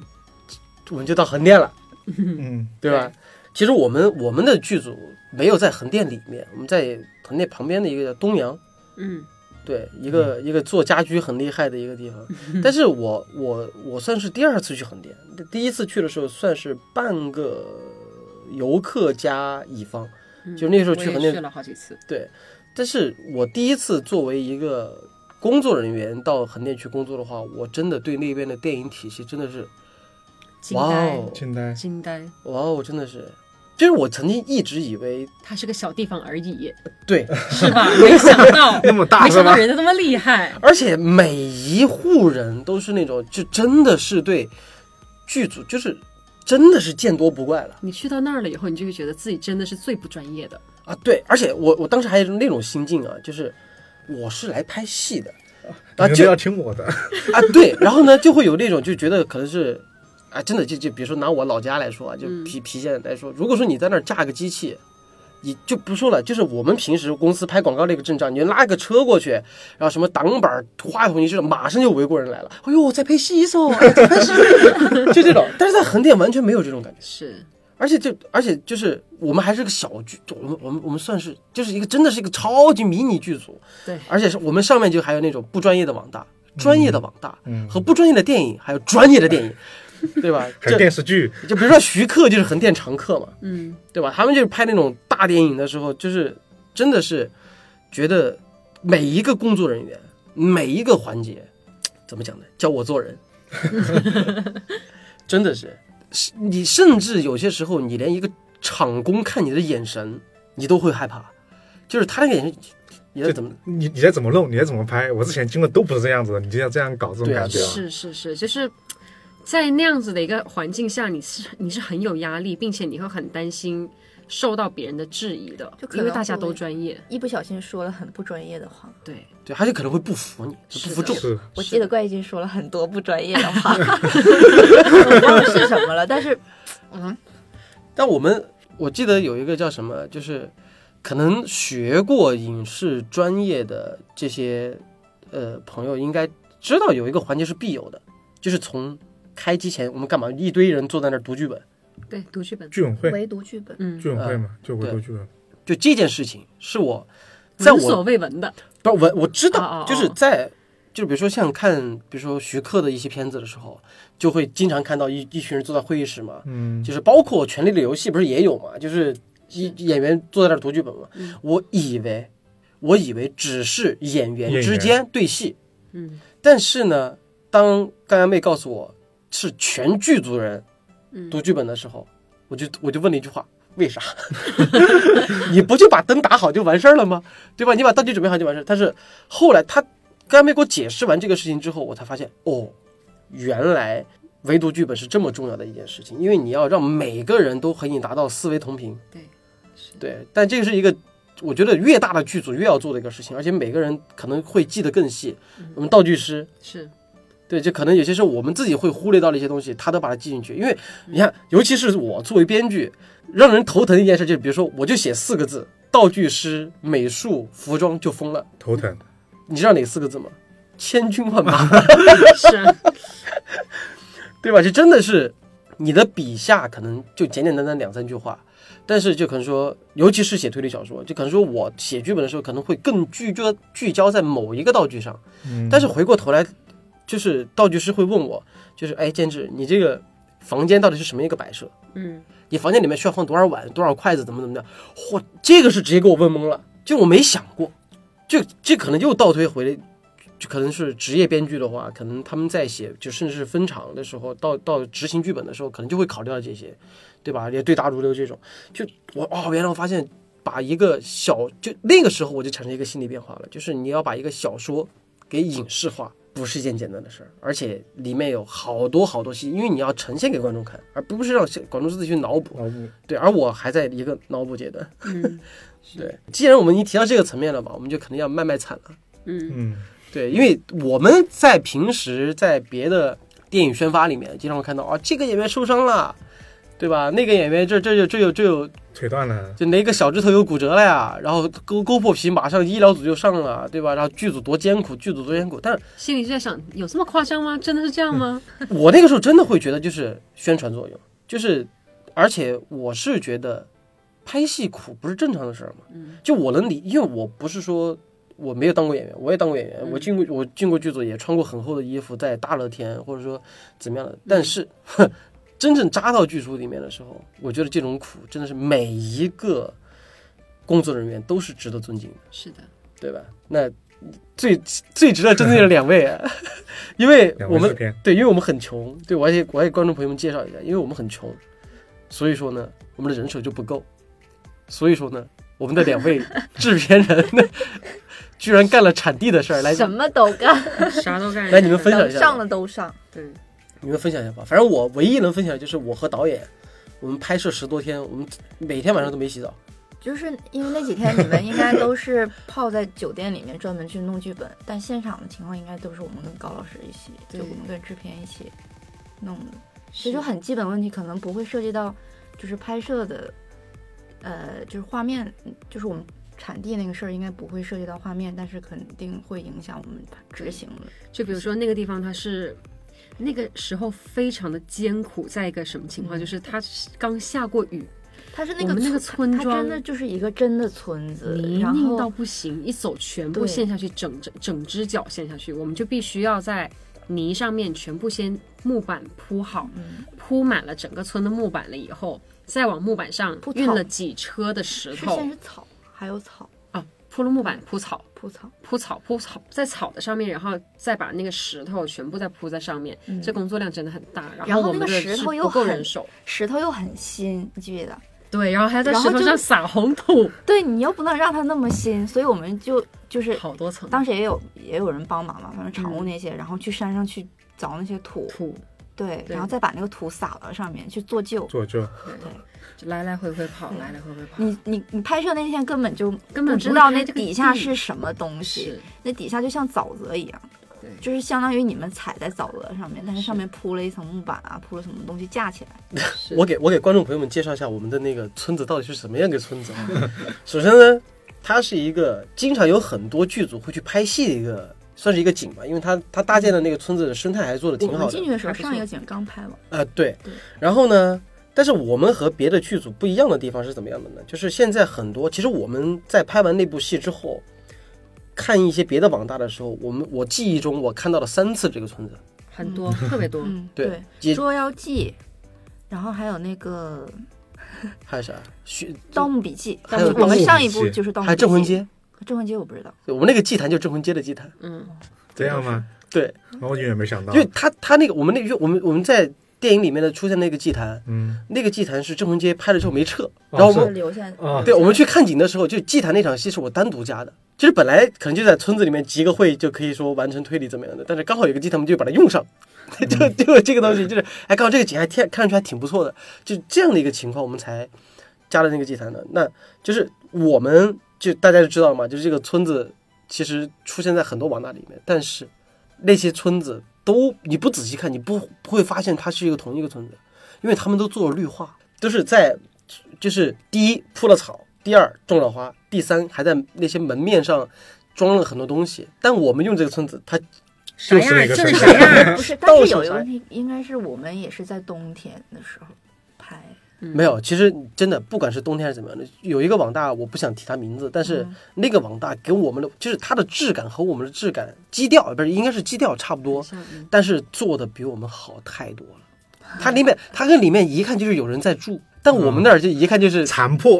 [SPEAKER 1] 我们就到横店了，
[SPEAKER 4] 嗯，
[SPEAKER 1] 对吧？其实我们我们的剧组没有在横店里面，我们在横店旁边的一个叫东阳，
[SPEAKER 2] 嗯，
[SPEAKER 1] 对，一个一个做家居很厉害的一个 地方。但是我我我算是第二次去横店，第一次去的时候算是半个游客加乙方，
[SPEAKER 2] 嗯
[SPEAKER 1] 就那时候去
[SPEAKER 2] 我也
[SPEAKER 1] 横店
[SPEAKER 2] 去了好几次，
[SPEAKER 1] 对。但是我第一次作为一个工作人员到横店去工作的话，我真的对那边的电影体系真的是
[SPEAKER 2] 惊
[SPEAKER 1] 哇
[SPEAKER 2] 呆
[SPEAKER 1] 哦
[SPEAKER 4] 惊呆。
[SPEAKER 2] 惊呆，
[SPEAKER 1] 哇哦，真的是，就是我曾经一直以为
[SPEAKER 2] 它是个小地方 而已，
[SPEAKER 1] 对，
[SPEAKER 2] 是 吧？没想到
[SPEAKER 4] 那么大
[SPEAKER 2] 没
[SPEAKER 4] 是
[SPEAKER 2] 想
[SPEAKER 4] 吧
[SPEAKER 2] 到？人家那么厉害，
[SPEAKER 1] 而且每一户人都是那种就真的是对剧组就是真的是见多不怪了。
[SPEAKER 2] 你去到那儿了以后，你就会觉得自己真的是最不专业的，
[SPEAKER 1] 啊，对，而且我我当时还有一种那种心境啊，就是我是来拍戏的啊，
[SPEAKER 4] 你们
[SPEAKER 1] 就
[SPEAKER 4] 要
[SPEAKER 1] 啊
[SPEAKER 4] 听我的。
[SPEAKER 1] 对，然后呢就会有那种就觉得可能是啊，真的就就比如说拿我老家来说啊，就郫郫县来说，如果说你在那儿架个机器。你就不说了，就是我们平时公司拍广告那个阵仗，你就拉个车过去，然后什么挡板、话筒一掷，马上就围过人来了。哎呦，我在拍戏嗦，哎在拍戏，啊 就这种。但是在横店完全没有这种感觉。
[SPEAKER 2] 是
[SPEAKER 1] 而且就而且就是我们还是个小剧，就我们我们我们算是就是一个真的是一个超级迷你剧组，
[SPEAKER 2] 对
[SPEAKER 1] 而且是我们上面就还有那种不专业的网大、专业的网大
[SPEAKER 4] 嗯
[SPEAKER 1] 和不专业的电影，还有专业的电影，
[SPEAKER 2] 哎
[SPEAKER 1] 对吧？
[SPEAKER 4] 还是
[SPEAKER 1] 这
[SPEAKER 4] 电视剧，
[SPEAKER 1] 就比如说徐克就是横店常客嘛，
[SPEAKER 2] 嗯，
[SPEAKER 1] 对吧？他们就是拍那种大电影的时候，就是真的是觉得每一个工作人员、每一个环节，怎么讲呢？教我做 人，真的是，是你甚至有些时候，你连一个场工看你的眼神，你都会害怕，就是他那个眼神，你在
[SPEAKER 4] 这
[SPEAKER 1] 怎么？
[SPEAKER 4] 你你再怎么弄，你再怎么拍，我之前经过都不是这样子的，你就要这样搞这种
[SPEAKER 1] 对啊
[SPEAKER 4] 感觉啊。
[SPEAKER 2] 是是是，就是在那样子的一个环境下，你是你是很有压力，并且你会很担心受到别人的质疑的
[SPEAKER 5] 就，可
[SPEAKER 2] 因为
[SPEAKER 5] 能
[SPEAKER 2] 大家
[SPEAKER 5] 会
[SPEAKER 2] 都专业。
[SPEAKER 5] 一不小心说了很不专业的话。
[SPEAKER 2] 对，
[SPEAKER 1] 对，他就可能会不服你，
[SPEAKER 2] 是
[SPEAKER 1] 不服
[SPEAKER 2] 的
[SPEAKER 1] 众。
[SPEAKER 4] 是
[SPEAKER 5] 我
[SPEAKER 2] 是
[SPEAKER 5] 记得
[SPEAKER 2] 的
[SPEAKER 5] 怪已经说了很多不专业的 话，我忘了是什么了，但是
[SPEAKER 1] 但我们我记得有一个叫什么，就是可能学过影视专业的这些呃朋友应该知道有一个环节是必有的，就是从开机前我们干嘛一堆人坐在那儿读剧本，
[SPEAKER 2] 对，读剧本，
[SPEAKER 4] 剧委会，
[SPEAKER 5] 唯独剧本，
[SPEAKER 2] 嗯，
[SPEAKER 4] 剧委会嘛，就唯独剧本。
[SPEAKER 1] 就这件事情是我在
[SPEAKER 2] 闻所
[SPEAKER 1] 我
[SPEAKER 2] 未闻的，
[SPEAKER 1] 不是我我知
[SPEAKER 2] 哦哦
[SPEAKER 1] 道
[SPEAKER 2] 哦，
[SPEAKER 1] 就是在。就比如说像看，比如说徐克的一些片子的时候，就会经常看到一一群人坐在会议室嘛，
[SPEAKER 4] 嗯，
[SPEAKER 1] 就是包括《权力的游戏》不是也有嘛，就是一演员坐在那儿读剧本嘛。
[SPEAKER 2] 嗯
[SPEAKER 1] 我以为，我以为只是演员之
[SPEAKER 4] 演
[SPEAKER 1] 间对戏，
[SPEAKER 2] 嗯
[SPEAKER 1] 但是呢，当干干妹告诉我是全剧组人
[SPEAKER 2] 嗯，
[SPEAKER 1] 读剧本的时候，我就我就问了一句话。为啥？ 你不就把灯打好就完事儿了吗？对吧？你把道具准备好就完事儿。但是后来他干妹给我解释完这个事情之后，我才发现哦，原来唯独剧本是这么重要的一件事情，因为你要让每个人都和你达到思维同频。
[SPEAKER 2] 对，是
[SPEAKER 1] 对，但这个是一个。我觉得越大的剧组越要做的一个事情，而且每个人可能会记得更细。我们道具师，
[SPEAKER 2] 是，
[SPEAKER 1] 对，就可能有些时候我们自己会忽略到的一些东西，他都把它记进去。因为你看，尤其是我作为编剧，让人头疼的一件事就是，比如说我就写四个字：道具师、美术、服装就疯了。
[SPEAKER 4] 头疼。
[SPEAKER 1] 你知道哪四个字吗？千军万马。
[SPEAKER 2] 是啊，
[SPEAKER 1] 对吧？就真的是你的笔下可能就简简单单两三句话，但是就可能说，尤其是写推理小说，就可能说我写剧本的时候可能会更聚焦聚焦在某一个道具上，
[SPEAKER 4] 嗯
[SPEAKER 1] 但是回过头来，就是道具师会问我，就是哎，监制，你这个房间到底是什么一个摆设？
[SPEAKER 2] 嗯，
[SPEAKER 1] 你房间里面需要放多少碗、多少筷子，怎么怎么的？嚯，这个是直接给我问懵了，就我没想过，就这可能又倒推回来，就可能是职业编剧的话，可能他们在写就甚至是分场的时候，到到执行剧本的时候，可能就会考虑到这些，对吧？也对答如流这种，就我哦，原来我发现把一个小就那个时候我就产生一个心理变化了，就是你要把一个小说给影视化。不是一件简单的事儿，而且里面有好多好多戏，因为你要呈现给观众看，而不是让观众自己去脑补。
[SPEAKER 4] 脑补
[SPEAKER 1] 对，而我还在一个脑补阶段。
[SPEAKER 2] 嗯
[SPEAKER 1] 对，既然我们已经提到这个层面了嘛，我们就肯定要卖卖惨了。
[SPEAKER 2] 嗯，
[SPEAKER 4] 嗯，
[SPEAKER 1] 对，因为我们在平时在别的电影宣发里面，经常会看到啊，这个演员受伤了，对吧？那个演员这这有这有这有
[SPEAKER 4] 腿断了，
[SPEAKER 1] 就哪个小指头有骨折了呀？然后勾勾破皮，马上医疗组就上了，对吧？然后剧组多艰苦，剧组多艰苦。但是
[SPEAKER 2] 心里就在想，有这么夸张吗？真的是这样吗？
[SPEAKER 1] 我那个时候真的会觉得就是宣传作用，就是而且我是觉得拍戏苦不是正常的事儿嘛。
[SPEAKER 2] 嗯
[SPEAKER 1] 就我能理，因为我不是说我没有当过演员，我也当过演员，
[SPEAKER 2] 嗯
[SPEAKER 1] 我进过我进过剧组，也穿过很厚的衣服，在大热天或者说怎么样
[SPEAKER 2] 嗯
[SPEAKER 1] 的，但是、 哼，真正扎到剧组里面的时候，我觉得这种苦真的是每一个工作人员都是值得尊敬的，
[SPEAKER 2] 是的，
[SPEAKER 1] 对吧？那最最值得尊敬的两位啊， 因为
[SPEAKER 4] 两
[SPEAKER 1] 我
[SPEAKER 4] 位制
[SPEAKER 1] 们
[SPEAKER 4] 片，
[SPEAKER 1] 对，因为我们很穷，对我还给我还给观众朋友们介绍一下，因为我们很穷，所以说呢，我们的人手就不够，所以说呢，我们的两 位制片人呢，居然干了产地的事儿，来
[SPEAKER 5] 什么都干，
[SPEAKER 2] 啥都干。
[SPEAKER 1] 来你们分享
[SPEAKER 5] 能
[SPEAKER 1] 一下
[SPEAKER 5] 上
[SPEAKER 1] 吧，
[SPEAKER 5] 的都上。
[SPEAKER 2] 对，
[SPEAKER 1] 你们分享一下吧。反正我唯一能分享的就是我和导演，我们拍摄十多天，我们每天晚上都没洗澡，
[SPEAKER 5] 就是因为那几天你们应该都是泡在酒店里面专门去弄剧本，但现场的情况应该都是我们跟高老师一起，
[SPEAKER 2] 对
[SPEAKER 5] 就我们跟制片一起弄的，所
[SPEAKER 2] 这
[SPEAKER 5] 以就很基本问题可能不会涉及到就是拍摄的，呃，就是画面，就是我们产地那个事儿应该不会涉及到画面，但是肯定会影响我们执行的。
[SPEAKER 2] 就比如说那个地方，它是那个时候非常的艰苦，在一个什么情况？
[SPEAKER 5] 嗯
[SPEAKER 2] 就是它是刚下过雨，
[SPEAKER 5] 它是那
[SPEAKER 2] 我
[SPEAKER 5] 个
[SPEAKER 2] 们那个
[SPEAKER 5] 村
[SPEAKER 2] 村
[SPEAKER 5] 它
[SPEAKER 2] 庄
[SPEAKER 5] 真的就是一个真的村子，
[SPEAKER 2] 泥
[SPEAKER 5] 然
[SPEAKER 2] 泞
[SPEAKER 5] 后
[SPEAKER 2] 到不行，一走全部
[SPEAKER 5] 对
[SPEAKER 2] 陷下去，整整整只脚陷下去，我们就必须要在泥上面全部先木板铺好，
[SPEAKER 3] 嗯，
[SPEAKER 2] 铺满了整个村的木板了以后，再往木板上
[SPEAKER 3] 铺草
[SPEAKER 2] 运了几车的石
[SPEAKER 3] 是先
[SPEAKER 2] 头
[SPEAKER 3] 是草，还有草
[SPEAKER 2] 啊，铺了木板铺草，
[SPEAKER 3] 铺草，
[SPEAKER 2] 铺草铺草在草的上面，然后再把那个石头全部再铺在上面，这工作量真的很大。
[SPEAKER 3] 嗯然后
[SPEAKER 2] 我们
[SPEAKER 3] 那
[SPEAKER 2] 的
[SPEAKER 3] 个石
[SPEAKER 2] 是
[SPEAKER 3] 头又
[SPEAKER 2] 不够
[SPEAKER 3] 很
[SPEAKER 2] 人手，
[SPEAKER 3] 石头又很新，你记不记得？
[SPEAKER 2] 对，然后还要在
[SPEAKER 3] 然
[SPEAKER 2] 石
[SPEAKER 3] 后
[SPEAKER 2] 头
[SPEAKER 3] 就
[SPEAKER 2] 上撒红土，
[SPEAKER 3] 对你又不能让它那么新，所以我们就就是
[SPEAKER 2] 好多层
[SPEAKER 3] 当时也有也有人帮忙嘛，反正常务
[SPEAKER 2] 嗯
[SPEAKER 3] 那些，然后去山上去凿那些土，
[SPEAKER 2] 土，
[SPEAKER 3] 对，
[SPEAKER 2] 对
[SPEAKER 3] 然后再把那个土撒到上面去做旧。
[SPEAKER 4] 做就
[SPEAKER 3] 对
[SPEAKER 2] 就来来回回跑，来来回回跑，
[SPEAKER 3] 嗯你你你拍摄那天根本就
[SPEAKER 2] 根本
[SPEAKER 3] 不
[SPEAKER 2] 不
[SPEAKER 3] 知道
[SPEAKER 2] 会
[SPEAKER 3] 那
[SPEAKER 2] 拍这个
[SPEAKER 3] 底下
[SPEAKER 2] 地
[SPEAKER 3] 是什么东西
[SPEAKER 2] 是，
[SPEAKER 3] 那底下就像沼泽一样
[SPEAKER 2] 对，
[SPEAKER 3] 就是相当于你们踩在沼泽上面，但是
[SPEAKER 2] 是
[SPEAKER 3] 上面铺了一层木板啊，铺了什么东西架起来。
[SPEAKER 2] 是
[SPEAKER 1] 我给我给观众朋友们介绍一下我们的那个村子到底是什么样一个村子啊。 首先呢，它是一个经常有很多剧组会去拍戏的一个，算是一个景吧，因为它它搭建的那个村子的生态还做的
[SPEAKER 3] 我
[SPEAKER 1] 挺
[SPEAKER 3] 们
[SPEAKER 1] 好的
[SPEAKER 3] 进。去的时候，
[SPEAKER 2] 还不错
[SPEAKER 3] 上一个景刚拍完，
[SPEAKER 1] 啊、对
[SPEAKER 3] 嗯对。
[SPEAKER 1] 然后呢，但是我们和别的剧组不一样的地方是怎么样的呢？就是现在很多，其实我们在拍完那部戏之后，看一些别的网大的时候，我们我记忆中我看到了三次这个村子。
[SPEAKER 2] 很多特别多，
[SPEAKER 3] 嗯，
[SPEAKER 1] 对，也
[SPEAKER 3] 捉妖记》，然后还有那个
[SPEAKER 1] 还有啥？徐
[SPEAKER 3] 《盗墓笔记》，
[SPEAKER 1] 还有
[SPEAKER 3] 我们上一
[SPEAKER 4] 盗墓
[SPEAKER 3] 部
[SPEAKER 4] 笔记
[SPEAKER 3] 就是《盗墓
[SPEAKER 1] 还
[SPEAKER 3] 笔
[SPEAKER 1] 有
[SPEAKER 3] 记》。
[SPEAKER 1] 镇魂，街，哦
[SPEAKER 3] 镇魂街我不知道，
[SPEAKER 1] 对我们那个祭坛就是镇魂街的祭坛。
[SPEAKER 2] 嗯，
[SPEAKER 4] 这样吗？哦
[SPEAKER 1] 对，
[SPEAKER 4] 我永远没想到
[SPEAKER 1] 因，为他他那个我们那个我们我们在电影里面的出现那个祭坛，
[SPEAKER 4] 嗯，
[SPEAKER 1] 那个祭坛是郑文杰拍了之后没撤，然后我
[SPEAKER 4] 是
[SPEAKER 1] 们、
[SPEAKER 3] 留下
[SPEAKER 4] 啊
[SPEAKER 1] 对我们去看景的时候，就祭坛那场戏是我单独加的，就是本来可能就在村子里面集个会就可以说完成推理怎么样的，但是刚好有个祭坛，我们就把它用上， 就就这个东西就是哎，刚好这个景还天看上去还挺不错的，就这样的一个情况，我们才加了那个祭坛的。那就是我们就大家就知道嘛，就是这个村子其实出现在很多网大里面，但是那些村子都你不仔细看，你不不会发现它是一个同一个村子，因为他们都做了绿化，都是在就是第一铺了草，第二种了花，第三还在那些门面上装了很多东西。但我们用这个村子，它
[SPEAKER 2] 啥
[SPEAKER 4] 就是那
[SPEAKER 2] 呀？
[SPEAKER 4] 个
[SPEAKER 2] 就是
[SPEAKER 4] 城
[SPEAKER 2] 啥呀？
[SPEAKER 3] 不是，但
[SPEAKER 1] 到
[SPEAKER 3] 是
[SPEAKER 1] 手
[SPEAKER 3] 有一个
[SPEAKER 1] 才
[SPEAKER 3] 问题，应该是我们也是在冬天的时候拍，
[SPEAKER 1] 没
[SPEAKER 2] 嗯
[SPEAKER 1] 有，其实真的不管是冬天还是怎么样的，有一个网大，我不想提他名字，但是
[SPEAKER 2] 嗯
[SPEAKER 1] 那个网大给我们的就是它的质感和我们的质感基调不是应该是基调差不多，
[SPEAKER 2] 像嗯
[SPEAKER 1] 但是做的比我们好太多了。它里面，它跟里面一看就是有人在住，但我们那儿就一看就是
[SPEAKER 4] 残破，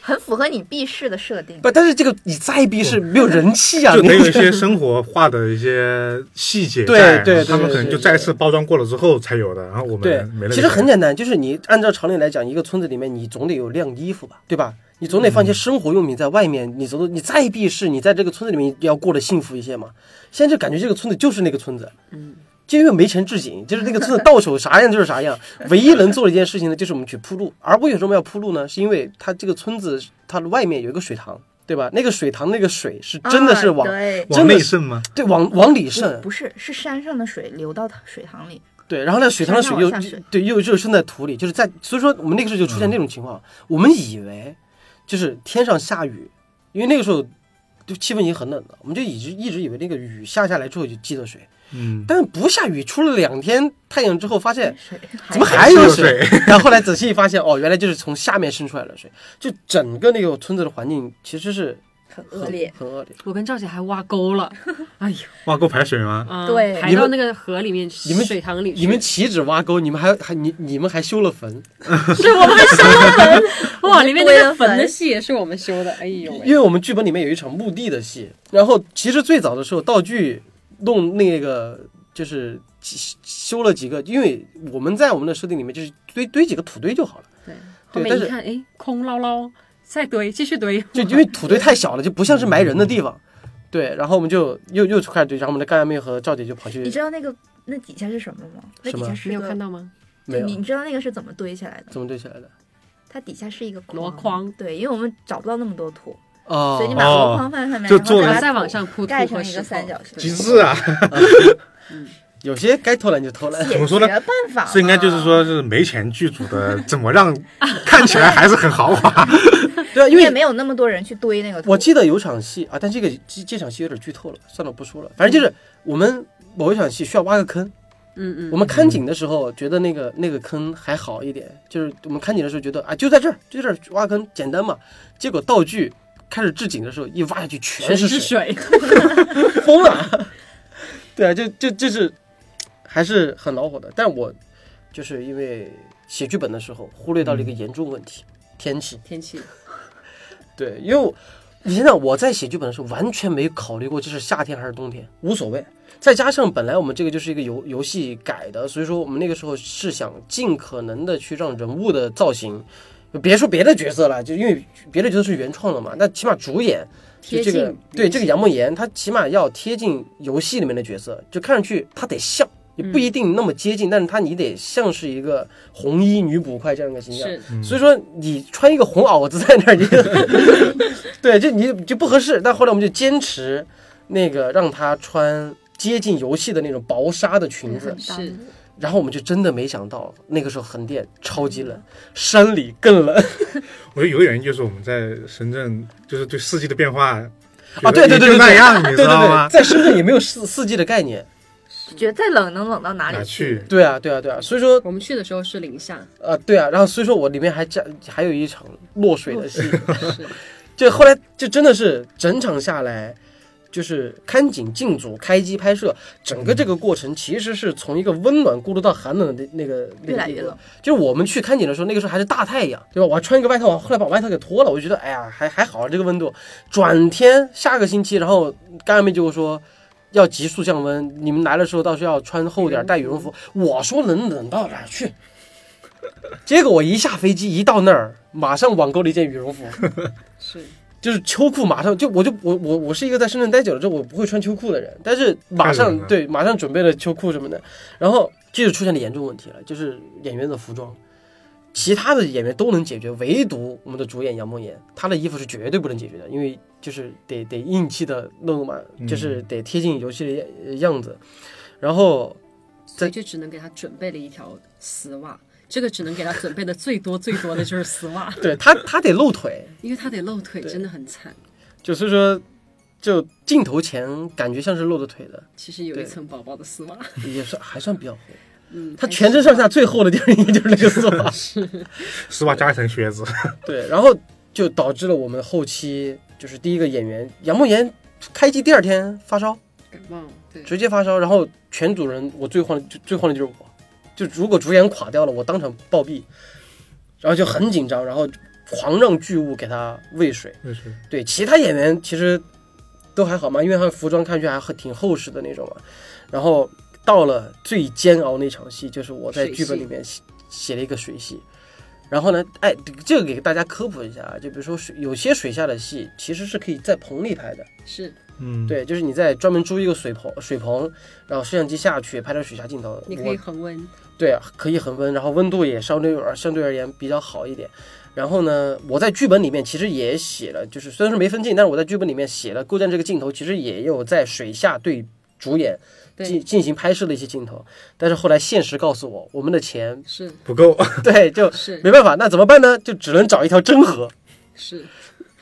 [SPEAKER 3] 很符合你避世的设定。
[SPEAKER 1] 不，但是这个你再逼是没有人气啊，
[SPEAKER 4] 就得有
[SPEAKER 1] 你
[SPEAKER 4] 一些生活化的一些细节
[SPEAKER 1] 对
[SPEAKER 4] 在，
[SPEAKER 1] 对对
[SPEAKER 4] 他们可能
[SPEAKER 1] 对
[SPEAKER 4] 就
[SPEAKER 1] 对
[SPEAKER 4] 再次包装过了之后才有的，然后我
[SPEAKER 1] 对
[SPEAKER 4] 们没，了。
[SPEAKER 1] 其实很简单，就是你按照常理来讲，一个村子里面你总得有晾衣服吧，对吧？你总得放
[SPEAKER 4] 嗯
[SPEAKER 1] 些生活用品在外面，你总你再避世，你在这个村子里面也要过得幸福一些嘛。现在就感觉这个村子就是那个村子，
[SPEAKER 2] 嗯，
[SPEAKER 1] 就因为没钱置景，就是那个村子到手啥样就是啥样。唯一能做的一件事情呢，就是我们去铺路。而为什么要铺路呢？是因为它这个村子它的外面有一个水塘，对吧？那个水塘那个水是真的是往、
[SPEAKER 3] 啊对嗯
[SPEAKER 1] 真
[SPEAKER 4] 往
[SPEAKER 1] 的
[SPEAKER 4] 内
[SPEAKER 1] 是
[SPEAKER 4] 渗吗？
[SPEAKER 1] 对往往里渗，
[SPEAKER 3] 不是，是山上的水流到它水塘里，
[SPEAKER 1] 对，然后那水塘的水
[SPEAKER 3] 山
[SPEAKER 1] 又
[SPEAKER 3] 上往下水
[SPEAKER 1] 对又又渗在土里，就是在所以说我们那个时候就出
[SPEAKER 4] 嗯
[SPEAKER 1] 现这种情况，我们以为就是天上下雨，因为那个时候就气温已经很冷了，我们就一直一直以为那个雨下下来之后就积了水，
[SPEAKER 4] 嗯，
[SPEAKER 1] 但是不下雨，出了两天太阳之后发现
[SPEAKER 3] 水
[SPEAKER 1] 怎么还
[SPEAKER 4] 还
[SPEAKER 1] 有
[SPEAKER 4] 有
[SPEAKER 1] 水？ 然后后来仔细一发现，哦，原来就是从下面渗出来的水，就整个那个村子的环境其实是
[SPEAKER 3] 很
[SPEAKER 1] 很
[SPEAKER 3] 恶劣？
[SPEAKER 1] 很恶劣。
[SPEAKER 2] 我跟赵姐还挖沟了，哎呦，
[SPEAKER 4] 挖沟排水吗？
[SPEAKER 2] 啊
[SPEAKER 3] 对
[SPEAKER 2] 排
[SPEAKER 1] 你们
[SPEAKER 2] 到那个河里面，
[SPEAKER 1] 你们
[SPEAKER 2] 水塘里去，
[SPEAKER 1] 你们岂止挖沟，你们还还你你们还修了坟，
[SPEAKER 2] 是我们还修了坟，哇，里面那
[SPEAKER 3] 堆
[SPEAKER 2] 个
[SPEAKER 3] 了
[SPEAKER 2] 坟的
[SPEAKER 3] 坟
[SPEAKER 2] 戏也是我们修的，哎呦喂
[SPEAKER 1] 因为我们剧本里面有一场墓地的戏，然后其实最早的时候道具弄那个就是几修了几个，因为我们在我们的设定里面就是堆堆几个土堆就好了，
[SPEAKER 2] 对，后
[SPEAKER 1] 但
[SPEAKER 2] 面一
[SPEAKER 1] 是
[SPEAKER 2] 看，哎，空落落，再堆，继续堆，
[SPEAKER 1] 就因为土堆太小了，就不像是埋人的地方。对，然后我们就又又开始堆，然后我们的干妹和赵姐就跑去
[SPEAKER 3] 你知道那个那底下是什么吗？那
[SPEAKER 1] 什
[SPEAKER 3] 底
[SPEAKER 1] 么
[SPEAKER 3] 下
[SPEAKER 2] 你
[SPEAKER 3] 是
[SPEAKER 2] 有
[SPEAKER 3] 个
[SPEAKER 2] 看到吗？
[SPEAKER 1] 没有
[SPEAKER 3] 你你知道那个是怎么堆起来的吗？
[SPEAKER 1] 怎么堆起来的
[SPEAKER 3] 它底下是一个
[SPEAKER 2] 箩筐
[SPEAKER 3] 筐，对，因为我们找不到那么多土，
[SPEAKER 1] 哦
[SPEAKER 3] 所以你把箩筐放在上面，
[SPEAKER 4] 就
[SPEAKER 3] 然后
[SPEAKER 4] 做
[SPEAKER 3] 再
[SPEAKER 4] 了
[SPEAKER 3] 把
[SPEAKER 2] 然后再
[SPEAKER 3] 土
[SPEAKER 2] 往上铺
[SPEAKER 3] 盖
[SPEAKER 2] 土和
[SPEAKER 3] 成一个
[SPEAKER 2] 石头
[SPEAKER 3] 三角形。
[SPEAKER 4] 极致啊！
[SPEAKER 1] 有些该偷懒就偷懒，
[SPEAKER 4] 怎么说呢
[SPEAKER 3] 解决办法
[SPEAKER 4] 这应该就是
[SPEAKER 3] 嘛，
[SPEAKER 4] 说是没钱剧组的，怎么让看起来还是很豪华？
[SPEAKER 1] 对啊，因
[SPEAKER 3] 因为
[SPEAKER 1] 为
[SPEAKER 3] 没有那么多人去堆那个土。
[SPEAKER 1] 我记得有场戏啊，但这个这这场戏有点剧透了，算了不说了，反正就是我们某一场戏需要挖个坑。
[SPEAKER 2] 嗯嗯，
[SPEAKER 1] 我们看景的时候觉得那个那个坑还好一点，就是我们看景的时候觉得啊就在这儿，就在这儿挖坑简单嘛。结果道具开始置景的时候一挖下去全
[SPEAKER 2] 全
[SPEAKER 1] 是
[SPEAKER 2] 是
[SPEAKER 1] 水，
[SPEAKER 2] 水，
[SPEAKER 1] 疯了。对啊，就就就是还是很恼火的。但我就是因为写剧本的时候忽略到了一个严重问题，天气。
[SPEAKER 2] 天气
[SPEAKER 1] 对，因为我你想想，我在写剧本的时候完全没考虑过这是夏天还是冬天，无所谓。再加上本来我们这个就是一个游游戏改的，所以说我们那个时候是想尽可能的去让人物的造型，就别说别的角色了，就因为别的角色是原创的嘛，那起码主演就
[SPEAKER 2] 贴
[SPEAKER 1] 这
[SPEAKER 2] 近
[SPEAKER 1] 个
[SPEAKER 2] 人
[SPEAKER 1] 对这个
[SPEAKER 2] 性
[SPEAKER 1] 杨梦妍，她起码要贴近游戏里面的角色，就看上去她得像。也
[SPEAKER 2] 嗯
[SPEAKER 1] 不一定那么接近，但是她你得像是一个红衣女捕快这样一个形象，
[SPEAKER 2] 是
[SPEAKER 4] 嗯
[SPEAKER 1] 所以说你穿一个红袄子在那儿，你 对，就你就不合适。但后来我们就坚持那个让她穿接近游戏的那种薄纱的裙
[SPEAKER 4] 嗯
[SPEAKER 1] 子，
[SPEAKER 2] 是
[SPEAKER 1] 然后我们就真的没想到，那个时候横店超级冷，山里更冷
[SPEAKER 4] 我觉得有个原因就是我们在深圳，就是对四季的变化
[SPEAKER 1] 啊！对对对
[SPEAKER 4] 就
[SPEAKER 1] 对
[SPEAKER 4] 那样，
[SPEAKER 1] 对
[SPEAKER 4] 你
[SPEAKER 1] 对
[SPEAKER 4] 知道
[SPEAKER 1] 对，
[SPEAKER 4] 吗？
[SPEAKER 1] 在深圳也没有四四季的概念。
[SPEAKER 5] 觉得再冷能冷到哪
[SPEAKER 4] 哪
[SPEAKER 5] 里
[SPEAKER 4] 去？
[SPEAKER 1] 对啊，对啊，对啊，所以说
[SPEAKER 2] 我们去的时候是零下，
[SPEAKER 1] 啊、对啊，然后所以说我里面还加还有一场落水的戏，
[SPEAKER 2] 是
[SPEAKER 1] 就后来就真的是整场下来，就是看景进组、开机拍摄，整个这个过程其实是从一个温暖过渡到寒冷的那那个那
[SPEAKER 5] 越
[SPEAKER 1] 个
[SPEAKER 5] 来
[SPEAKER 1] 地
[SPEAKER 5] 越
[SPEAKER 1] 步
[SPEAKER 5] 冷。
[SPEAKER 1] 就是我们去看景的时候，那个时候还是大太阳，对吧？我还穿一个外套，我后来把外套给脱了，我就觉得哎呀，还还好这个温度。转天下个星期，然后干干妹就说。要急速降温，你们来的时候倒是要穿厚点，带羽绒服。
[SPEAKER 5] 嗯
[SPEAKER 1] 我说能冷到哪儿去？ 结果我一下飞机，一到那儿，马上网购了一件羽绒服。
[SPEAKER 2] 是，
[SPEAKER 1] 就是秋裤马上就我就我我我是一个在深圳待久了之后我不会穿秋裤的人，但是马
[SPEAKER 4] 太
[SPEAKER 1] 上
[SPEAKER 4] 冷了
[SPEAKER 1] 对马上准备了秋裤什么的，然后这就出现了严重问题了，就是演员的服装，其他的演员都能解决，唯独我们的主演杨梦妍，她的衣服是绝对不能解决的，因为就是得得硬气的弄嘛，
[SPEAKER 4] 嗯
[SPEAKER 1] 就是得贴近游戏的样样子，然后
[SPEAKER 2] 所以就只能给他准备了一条丝袜。这个只能给他准备的最多最多的就是丝袜，
[SPEAKER 1] 对她她得露腿，
[SPEAKER 2] 因为他得露腿，真的很惨。
[SPEAKER 1] 就是说就镜头前感觉像是露着腿的，
[SPEAKER 2] 其实有一
[SPEAKER 1] 对
[SPEAKER 2] 层薄薄的丝袜，
[SPEAKER 1] 也算还算比较厚。
[SPEAKER 2] 嗯，
[SPEAKER 1] 他全身上下最厚的地方应该 就是那个丝袜，
[SPEAKER 4] 丝袜加一层靴子，
[SPEAKER 1] 对，然后就导致了我们后期就是第一个演员杨梦妍开机第二天发烧，
[SPEAKER 2] 感冒，对，
[SPEAKER 1] 直接发烧，然后全组人我最慌的就最慌的就是我，就如果主演垮掉了，我当场暴毙，然后就很紧张，然后狂让剧务给他喂水，
[SPEAKER 4] 就是
[SPEAKER 1] 对，其他演员其实都还好嘛，因为他的服装看上去还很挺厚实的那种嘛。然后到了最煎熬那场戏，就是我在
[SPEAKER 2] 水
[SPEAKER 1] 剧本
[SPEAKER 2] 戏
[SPEAKER 1] 里面写写了一个水戏。然后呢，哎，这个给大家科普一下啊，就比如说水，有些水下的戏其实是可以在棚里拍的，
[SPEAKER 2] 是
[SPEAKER 4] 嗯，，
[SPEAKER 1] 对，就是你在专门租一个水棚，水棚，然后摄像机下去拍点水下镜头。
[SPEAKER 2] 你可
[SPEAKER 1] 我
[SPEAKER 2] 以恒温，
[SPEAKER 1] 对，可以恒温，然后温度也相对而相对而言比较好一点。然后呢，我在剧本里面其实也写了，就是虽然说没分镜，但是我在剧本里面写了构建这个镜头，其实也有在水下对主演进
[SPEAKER 2] 对，
[SPEAKER 1] 进行拍摄的一些镜头。但是后来现实告诉我，我们的钱
[SPEAKER 2] 是
[SPEAKER 4] 不够，
[SPEAKER 1] 对就没
[SPEAKER 2] 是
[SPEAKER 1] 办法，那怎么办呢？就只能找一条真河。
[SPEAKER 2] 是，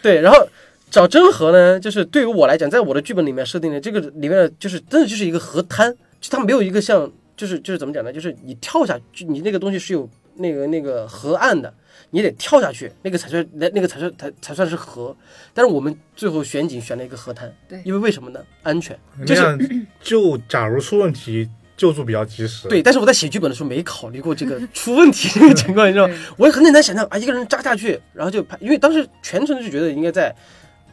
[SPEAKER 1] 对，然后找真河呢，就是对于我来讲，在我的剧本里面设定的这个里面的就是真的就是一个河滩，就它没有一个像就是就是怎么讲呢，就是你跳下去，你那个东西是有那个那个河岸的，你得跳下去，那个才算那那个才算才才算是河。但是我们最后选景选了一个河滩，
[SPEAKER 2] 对
[SPEAKER 1] 因为为什么呢？安全。就
[SPEAKER 4] 那
[SPEAKER 1] 是
[SPEAKER 4] 样 就假如出问题，救助比较及时。
[SPEAKER 1] 对，，但是我在写剧本的时候没考虑过这个出问题这个情况，你知道吗？我也很简单想象啊，一个人扎下去，然后就拍，因为当时全程就觉得应该在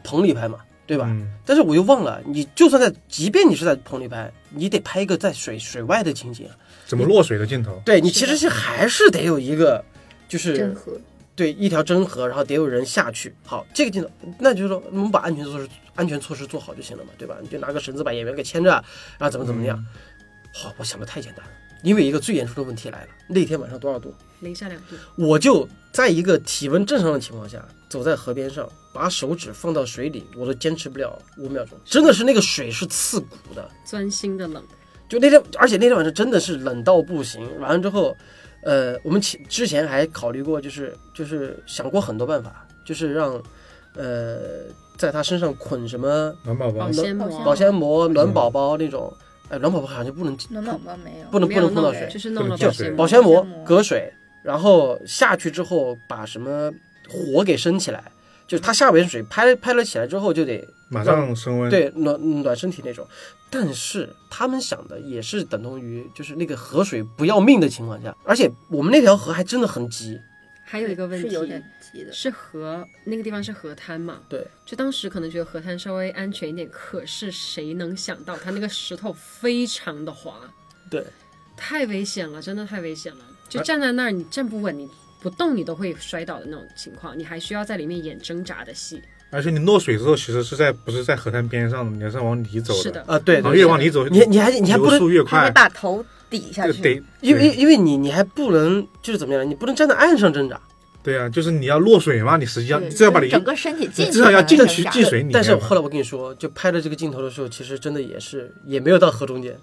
[SPEAKER 1] 棚里拍嘛，对吧？
[SPEAKER 4] 嗯，
[SPEAKER 1] 但是我又忘了，你就算在，即便你是在棚里拍，你得拍一个在水水外的情景啊。
[SPEAKER 4] 怎么落水的镜头？
[SPEAKER 1] 对你其实是还是得有一个，就
[SPEAKER 5] 郑
[SPEAKER 1] 是
[SPEAKER 5] 和
[SPEAKER 1] 对一条真河，然后得有人下去。好，这个镜头，那就是说我们把安全措施安全措施做好就行了嘛，对吧？你就拿个绳子把演员给牵着，然后怎么怎么样。好、我想的太简单了，因为一个最严重的问题来了。那天晚上多少度？
[SPEAKER 2] 零下两度，
[SPEAKER 1] 我就在一个体温正常的情况下，走在河边上，把手指放到水里，我都坚持不了五秒钟。真的是那个水是刺骨的，
[SPEAKER 2] 钻心的冷，
[SPEAKER 1] 就那天，而且那天晚上真的是冷到不行。完了之后，呃，我们前之前还考虑过，就是就是想过很多办法，就是让，呃，在他身上捆什么
[SPEAKER 4] 暖宝宝
[SPEAKER 2] 保，鲜膜
[SPEAKER 5] 保鲜，
[SPEAKER 1] 保鲜膜、暖宝宝那种。哎，暖宝宝好像不能
[SPEAKER 5] 暖宝宝没有，
[SPEAKER 1] 不能
[SPEAKER 2] 没有
[SPEAKER 1] 碰到
[SPEAKER 2] 弄
[SPEAKER 1] 水
[SPEAKER 2] 就是弄
[SPEAKER 4] 不能
[SPEAKER 2] 了保
[SPEAKER 4] 碰水
[SPEAKER 2] 鲜
[SPEAKER 1] 啊保
[SPEAKER 2] 膜，
[SPEAKER 1] 鲜膜
[SPEAKER 5] 保鲜膜
[SPEAKER 1] 隔水，然后下去之后把什么火给升起来，就是它下边水拍拍了起来之后就得
[SPEAKER 4] 马上升温。，
[SPEAKER 1] 对暖暖身体那种。但是他们想的也是等同于就是那个河水不要命的情况下，而且我们那条河还真的很急，
[SPEAKER 2] 还有一个问题
[SPEAKER 5] 是有点急的，
[SPEAKER 2] 是河那个地方是河滩嘛？
[SPEAKER 1] 对，
[SPEAKER 2] 就当时可能觉得河滩稍微安全一点，可是谁能想到它那个石头非常的滑，
[SPEAKER 1] 对，
[SPEAKER 2] 太危险了，真的太危险了。就站在那儿，你站不稳，你不动你都会摔倒的那种情况，你还需要在里面演挣扎的戏。
[SPEAKER 4] 而且你落水之后，其实是在不是在河滩边上，你是往里走
[SPEAKER 2] 是
[SPEAKER 4] 的。
[SPEAKER 1] 啊、对
[SPEAKER 4] 然后
[SPEAKER 1] 对，
[SPEAKER 4] 越往里走，
[SPEAKER 1] 你你还你还不
[SPEAKER 4] 流
[SPEAKER 1] 能
[SPEAKER 4] 速越
[SPEAKER 5] 他会
[SPEAKER 4] 快，
[SPEAKER 5] 把头抵下
[SPEAKER 4] 就
[SPEAKER 5] 去，
[SPEAKER 4] 得
[SPEAKER 1] 因为
[SPEAKER 4] 对
[SPEAKER 1] 因为你你还不能就是怎么样，你不能站在岸上挣扎。
[SPEAKER 4] 对啊，就是你要落水嘛，你实际上
[SPEAKER 5] 对
[SPEAKER 4] 你至少把
[SPEAKER 5] 就
[SPEAKER 4] 你
[SPEAKER 5] 是整个身体进
[SPEAKER 4] 你
[SPEAKER 5] 去，
[SPEAKER 4] 至少要进去进水里面嘛。
[SPEAKER 1] 但是后来我跟你说，就拍了这个镜头的时候，其实真的也是也没有到河中间，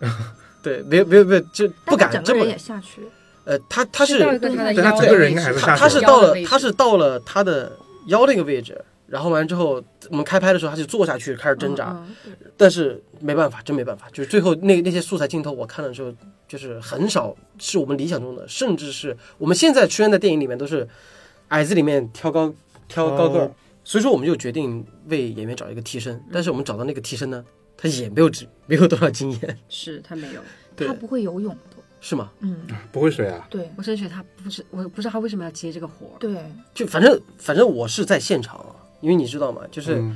[SPEAKER 1] 对，没有没有没有，就不
[SPEAKER 5] 但他
[SPEAKER 1] 敢
[SPEAKER 5] 整
[SPEAKER 1] 这
[SPEAKER 5] 个人
[SPEAKER 1] 么
[SPEAKER 5] 也下去了，
[SPEAKER 1] 呃，他他是
[SPEAKER 2] 到一个他的
[SPEAKER 4] 但他
[SPEAKER 2] 腰
[SPEAKER 4] 整
[SPEAKER 2] 的
[SPEAKER 4] 个
[SPEAKER 2] 位
[SPEAKER 4] 人
[SPEAKER 2] 置
[SPEAKER 4] 应该还是
[SPEAKER 1] 他
[SPEAKER 4] 下
[SPEAKER 1] 他
[SPEAKER 4] 水
[SPEAKER 1] 是
[SPEAKER 4] 了
[SPEAKER 1] 到
[SPEAKER 2] 腰 的
[SPEAKER 1] 了
[SPEAKER 2] 位置
[SPEAKER 1] 他是到了他的腰那个位置，然后完了之后，我们开拍的时候他就坐下去开始挣扎，
[SPEAKER 5] 嗯，嗯
[SPEAKER 1] 但是没办法，真没办法，就是最后那那些素材镜头我看了之后，就是很少是我们理想中的，甚至是我们现在出现在电影里面都是矮子里面挑高挑高个儿，
[SPEAKER 4] 哦
[SPEAKER 1] 所以说我们就决定为演员找一个替身，但是我们找到那个替身呢，他也没有只没有多少经验，
[SPEAKER 2] 是他没有，
[SPEAKER 1] 对
[SPEAKER 5] 他，不会游泳的，
[SPEAKER 1] 是吗？
[SPEAKER 5] 嗯，
[SPEAKER 4] 不会水啊，
[SPEAKER 5] 对
[SPEAKER 2] 我真觉得他不是，我不知道他为什么要接这个活儿。
[SPEAKER 5] 对，
[SPEAKER 1] 就反正反正我是在现场啊，因为你知道吗？就是。
[SPEAKER 4] 嗯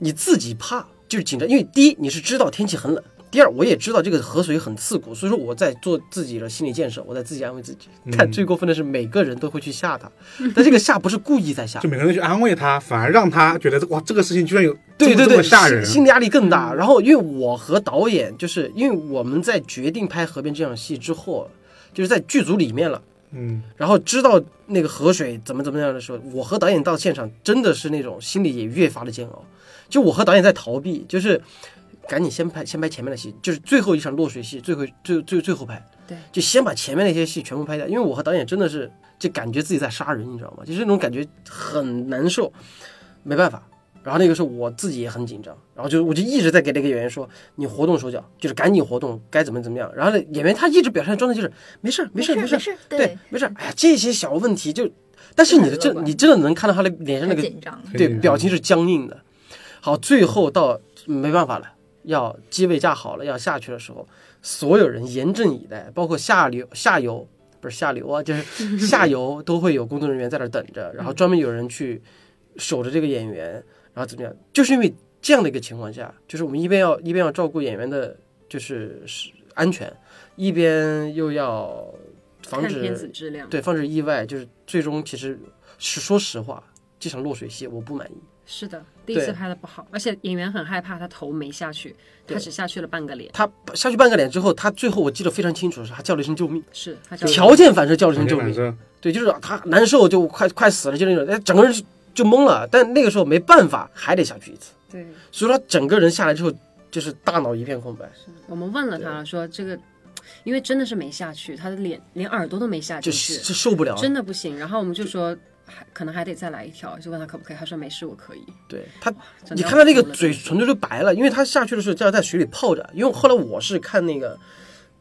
[SPEAKER 1] 你自己怕就是紧张，因为第一你是知道天气很冷，第二我也知道这个河水很刺骨，所以说我在做自己的心理建设，我在自己安慰自己。
[SPEAKER 4] 嗯
[SPEAKER 1] 但最过分的是每个人都会去吓他，但这个吓不是故意在吓
[SPEAKER 4] 就，每个人去安慰他，反而让他觉得哇，这个事情居然有
[SPEAKER 1] 对
[SPEAKER 4] 这么
[SPEAKER 1] 对
[SPEAKER 4] 这
[SPEAKER 1] 对，
[SPEAKER 4] 么吓人
[SPEAKER 1] 心。心理压力更大。然后因为我和导演就是因为我们在决定拍河边这场戏之后，就是在剧组里面了。
[SPEAKER 4] 嗯，
[SPEAKER 1] 然后知道那个河水怎么怎么样的时候，我和导演到现场真的是那种心里也越发的煎熬。就我和导演在逃避，就是赶紧先拍先拍前面的戏，就是最后一场落水戏，最后最最最后拍。
[SPEAKER 2] 对，
[SPEAKER 1] 就先把前面那些戏全部拍掉，因为我和导演真的是就感觉自己在杀人，你知道吗？就是那种感觉很难受，没办法。然后那个时候我自己也很紧张，然后就我就一直在给那个演员说，你活动手脚，就是赶紧活动，该怎么怎么样。然后那演员他一直表现的状态就是没事儿，没事儿，
[SPEAKER 5] 没
[SPEAKER 1] 没事儿，
[SPEAKER 5] 事，
[SPEAKER 1] 对
[SPEAKER 5] 对，，
[SPEAKER 1] 没事儿。哎呀，这些小问题就，但是你的
[SPEAKER 2] 就很乐
[SPEAKER 1] 这
[SPEAKER 2] 观
[SPEAKER 1] 你真的能看到他的脸上那
[SPEAKER 5] 太
[SPEAKER 1] 个
[SPEAKER 5] 紧张了，
[SPEAKER 1] 对
[SPEAKER 4] 嗯
[SPEAKER 1] 表情是僵硬的。好，最后到没办法了，要机位架好了，要下去的时候，所有人严阵以待，包括下流下游不是下流啊，就是 下游都会有工作人员在那儿等着，然后
[SPEAKER 2] 嗯
[SPEAKER 1] 专门有人去守着这个演员，然后怎么样？就是因为这样的一个情况下，就是我们一边要一边要照顾演员的，就是是安全，一边又要防
[SPEAKER 2] 看
[SPEAKER 1] 止
[SPEAKER 2] 片子质量，
[SPEAKER 1] 对，防止意外，就是最终其实是说实话，这场落水戏我不满意。
[SPEAKER 2] 是的，第一次
[SPEAKER 1] 对
[SPEAKER 2] 拍的不好，而且演员很害怕，他头没下去，他
[SPEAKER 1] 对
[SPEAKER 2] 只下去了半个脸，
[SPEAKER 1] 他下去半个脸之后，他最后我记得非常清楚的是，他叫了一声救命，
[SPEAKER 2] 是他叫
[SPEAKER 1] 条件反射叫了一声
[SPEAKER 4] 反
[SPEAKER 1] 救
[SPEAKER 4] 正反
[SPEAKER 1] 命。
[SPEAKER 4] 正
[SPEAKER 1] 对，就是他难受就快快死了，就那种，哎，整个人就就懵了。但那个时候没办法，还得下去一次。
[SPEAKER 2] 对。
[SPEAKER 1] 所以说，整个人下来之后，就是大脑一片空白，
[SPEAKER 2] 我们问了他说这个，因为真的是没下去，他的脸连耳朵都没下
[SPEAKER 1] 就
[SPEAKER 2] 进
[SPEAKER 1] 是
[SPEAKER 2] 去，
[SPEAKER 1] 就受不了了。
[SPEAKER 2] 真的不行。然后我们就说还可能还得再来一条，就问他可不可以，他说没事，我可以。
[SPEAKER 1] 对他
[SPEAKER 2] 真的
[SPEAKER 1] 你看他那个
[SPEAKER 2] 要哭了
[SPEAKER 1] 嘴唇都就白了，因为他下去的时候就要在水里泡着。因为后来我是看那个，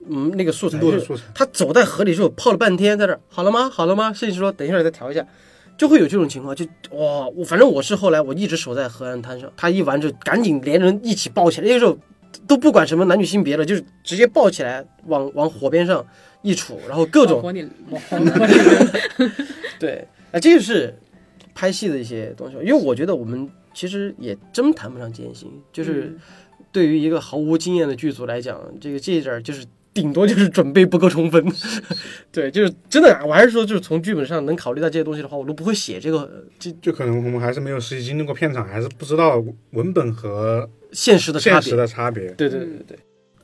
[SPEAKER 1] 嗯，那个素材，
[SPEAKER 4] 录的
[SPEAKER 1] 就是
[SPEAKER 4] 素材
[SPEAKER 1] 他走在河里之后泡了半天，在这儿好了吗？好了吗？摄影师说等一下再调一下，就会有这种情况。就哇，我反正我是后来我一直守在河岸滩上，他一玩就赶紧连人一起抱起来，那个时候都不管什么男女性别了，就是直接抱起来往往火边上一杵，然后各
[SPEAKER 2] 我
[SPEAKER 1] 种
[SPEAKER 2] 活你，我活你，我活你
[SPEAKER 1] 对，啊，这就是拍戏的一些东西。因为我觉得我们其实也真谈不上艰辛，就是
[SPEAKER 2] 嗯
[SPEAKER 1] 对于一个毫无经验的剧组来讲，这个这一点儿就是顶多就是准备不够充分。 对，就是真的，我还是说，就是从剧本上能考虑到这些东西的话，我都不会写这个呃这
[SPEAKER 4] 就可能我们还是没有实际经历过片场，还是不知道文本和
[SPEAKER 1] 现实的差
[SPEAKER 4] 现
[SPEAKER 1] 别
[SPEAKER 4] 实。的差别。
[SPEAKER 1] 对对对对对，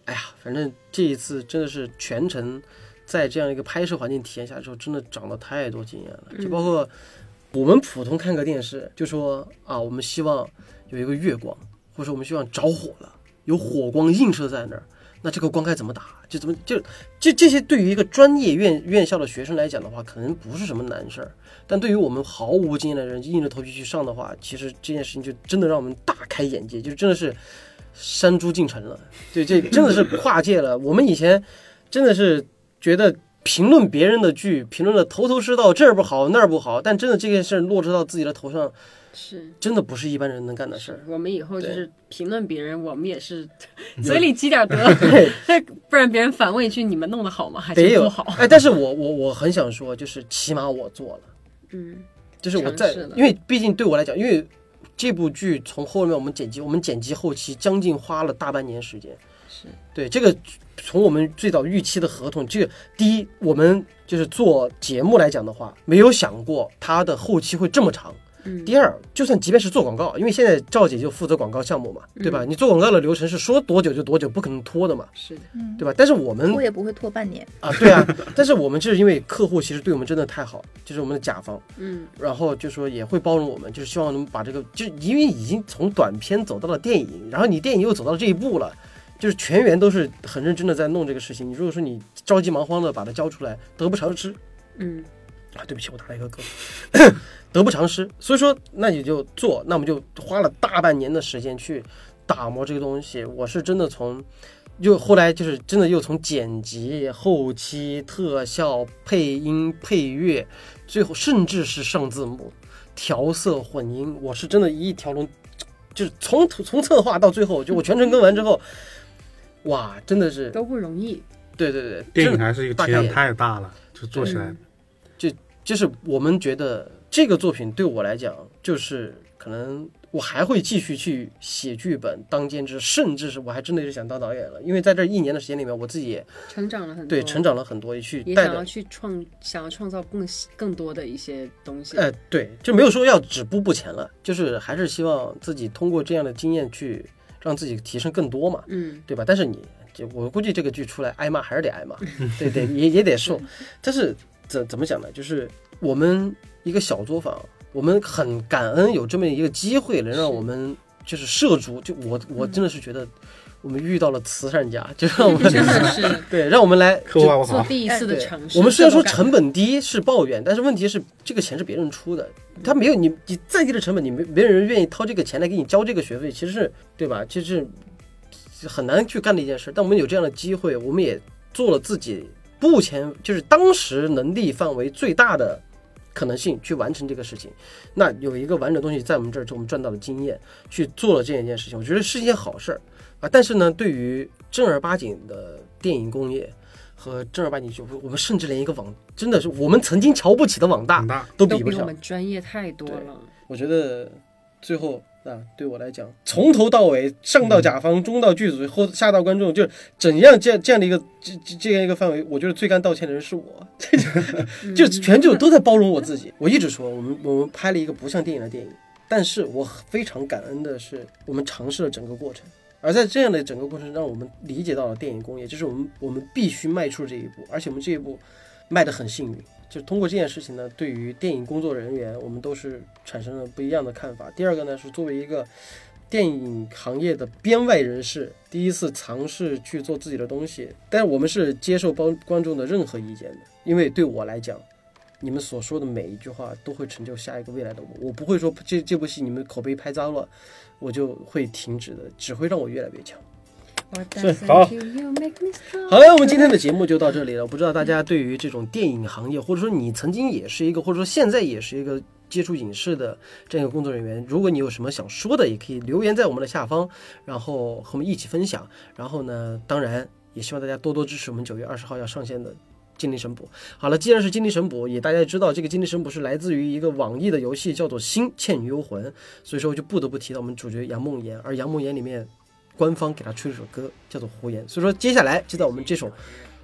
[SPEAKER 1] 哎呀，反正这一次真的是全程在这样一个拍摄环境体验下之后，真的长了太多经验了，就包括我们普通看个电视，就说啊，我们希望有一个月光，或者说我们希望着火了，有火光映射在那儿。那这个光该怎么打？就怎么就这这些，对于一个专业院院校的学生来讲的话，可能不是什么难事儿。但对于我们毫无经验的人，硬着头皮去上的话，其实这件事情就真的让我们大开眼界，就真的是 山猪进城了。对，这真的是跨界了。我们以前真的是觉得评论别人的剧，评论的头头是道，这儿不好那儿不好，但真的这件事儿落实到自己的头上，
[SPEAKER 2] 是
[SPEAKER 1] 真的不是一般人能干的事儿。
[SPEAKER 2] 我们以后就
[SPEAKER 1] 对
[SPEAKER 2] 是评论别人，我们也是
[SPEAKER 4] 嗯
[SPEAKER 2] 嘴里积点 德，
[SPEAKER 1] 对，
[SPEAKER 2] 不然别人反问一句你们弄得好吗？还
[SPEAKER 1] 得
[SPEAKER 2] 是
[SPEAKER 1] 有
[SPEAKER 2] 不好？
[SPEAKER 1] 哎，但是我我我很想说，就是起码我做了，
[SPEAKER 2] 嗯，
[SPEAKER 1] 就是我在
[SPEAKER 2] 尝试了，
[SPEAKER 1] 因为毕竟对我来讲，因为这部剧从后面我们剪辑，我们剪辑后期将近花了大半年时间。
[SPEAKER 2] 是
[SPEAKER 1] 对这个，从我们最早预期的合同，这个第一，我们就是做节目来讲的话，没有想过它的后期会这么长。
[SPEAKER 2] 嗯
[SPEAKER 1] 第二，就算即便是做广告，因为现在赵姐就负责广告项目嘛，对
[SPEAKER 2] 嗯
[SPEAKER 1] 吧？你做广告的流程是说多久就多久，不可能拖的嘛，
[SPEAKER 2] 是的，
[SPEAKER 5] 嗯
[SPEAKER 1] 对吧？但是我们
[SPEAKER 5] 我也不会拖半年。
[SPEAKER 1] 啊，对啊，但是我们就是因为客户其实对我们真的太好，就是我们的甲方，
[SPEAKER 2] 嗯
[SPEAKER 1] 然后就说也会包容我们，就是希望能把这个，就是因为已经从短片走到了电影，然后你电影又走到这一步了，就是全员都是很认真的在弄这个事情。你如果说你着急忙慌的把它交出来，得不偿失
[SPEAKER 2] 嗯
[SPEAKER 1] 啊！对不起，我打了一个嗝， 得不偿失。所以说，那你就做，那我们就花了大半年的时间去打磨这个东西。我是真的从。又后来就是真的又从剪辑、后期、特效、配音、配乐，最后甚至是上字幕、调色、混音，我是真的一条龙，就是从图从策划到最后，就我全程跟完之后，哇，真的是
[SPEAKER 2] 都不容易。
[SPEAKER 1] 对对对，
[SPEAKER 4] 电影
[SPEAKER 1] 真的
[SPEAKER 4] 还是一个
[SPEAKER 1] 大
[SPEAKER 4] 体
[SPEAKER 1] 概
[SPEAKER 4] 量
[SPEAKER 1] 也
[SPEAKER 4] 太大了，就做起来
[SPEAKER 2] 嗯
[SPEAKER 1] 就是我们觉得这个作品对我来讲，就是可能我还会继续去写剧本、当监制，甚至是我还真的是想当导演了，因为在这一年的时间里面，我自己也
[SPEAKER 2] 成长了很多，
[SPEAKER 1] 对成，长了很多，也去
[SPEAKER 2] 也
[SPEAKER 1] 带
[SPEAKER 2] 想
[SPEAKER 1] 着
[SPEAKER 2] 要去创，想要创造更更多的一些东西。
[SPEAKER 1] 呃，对，就没有说要止步不前了，就是还是希望自己通过这样的经验去让自己提升更多嘛，
[SPEAKER 2] 嗯，
[SPEAKER 1] 对吧？但是你，就我估计这个剧出来挨骂还是得挨骂，对对，也也得受。但是怎怎么讲呢？就是我们一个小作坊，我们很感恩有这么一个机会，能让我们就是涉足。就我我真的是觉得我们遇到了慈善家，就让我们
[SPEAKER 2] 真 的是
[SPEAKER 1] 对让我们来
[SPEAKER 4] 刻
[SPEAKER 1] 就
[SPEAKER 4] 画 不
[SPEAKER 2] 做
[SPEAKER 4] 好，
[SPEAKER 2] 第一次的
[SPEAKER 1] 啊哎对
[SPEAKER 2] 尝试。
[SPEAKER 1] 我们虽然说
[SPEAKER 2] 这种
[SPEAKER 1] 成本低是抱怨，但是问题是这个钱是别人出的，他没有你你再低的成本，你没没有人愿意掏这个钱来给你交这个学费，其实是对吧？其实是很难去干的一件事。但我们有这样的机会，我们也做了自己目前就是当时能力范围最大的可能性去完成这个事情。那有一个完整的东西在我们这儿，就我们赚到了经验，去做了这样一件事情，我觉得是一件好事儿啊。但是呢，对于正儿八经的电影工业和正儿八经就我们甚至连一个网，真的是我们曾经瞧不起的网大
[SPEAKER 4] 很大。
[SPEAKER 1] 都
[SPEAKER 2] 感
[SPEAKER 1] 比
[SPEAKER 2] 都
[SPEAKER 1] 不
[SPEAKER 2] 比我
[SPEAKER 1] 上。
[SPEAKER 2] 们专业太多
[SPEAKER 1] 对
[SPEAKER 2] 了。
[SPEAKER 1] 我觉得最后啊，对我来讲，从头到尾，上到甲方，中到剧组，后下到观众，就是怎样这样这样的一个这这这样一个范围，我觉得最该道歉的人是我。
[SPEAKER 2] 嗯
[SPEAKER 1] 就全剧都在包容我自己。我一直说，我们我们拍了一个不像电影的电影，但是我非常感恩的是，我们尝试了整个过程。而在这样的整个过程，让我们理解到了电影工业，就是我们我们必须迈出这一步，而且我们这一步迈得很幸运。就通过这件事情呢，对于电影工作人员，我们都是产生了不一样的看法。第二个呢，是作为一个电影行业的编外人士，第一次尝试去做自己的东西，但我们是接受观观众的任何意见的，因为对我来讲，你们所说的每一句话都会成就下一个未来的我，我不会说这这部戏你们口碑拍糟了，我就会停止的，只会让我越来越强。
[SPEAKER 3] 嗯
[SPEAKER 4] 是好，
[SPEAKER 1] 好了，我们今天的节目就到这里了。我不知道大家对于这种电影行业，或者说你曾经也是一个，或者说现在也是一个接触影视的这样一个工作人员，如果你有什么想说的，也可以留言在我们的下方，然后和我们一起分享。然后呢，当然也希望大家多多支持我们九月二十号要上线的。精灵神捕，好了，既然是精灵神捕，也大家也知道这个精灵神捕是来自于一个网易的游戏，叫做《星倩女幽魂》，所以说就不得不提到我们主角杨梦妍，而杨梦妍里面官方给他出了一首歌，叫做《胡言》。所以说，接下来就在我们这首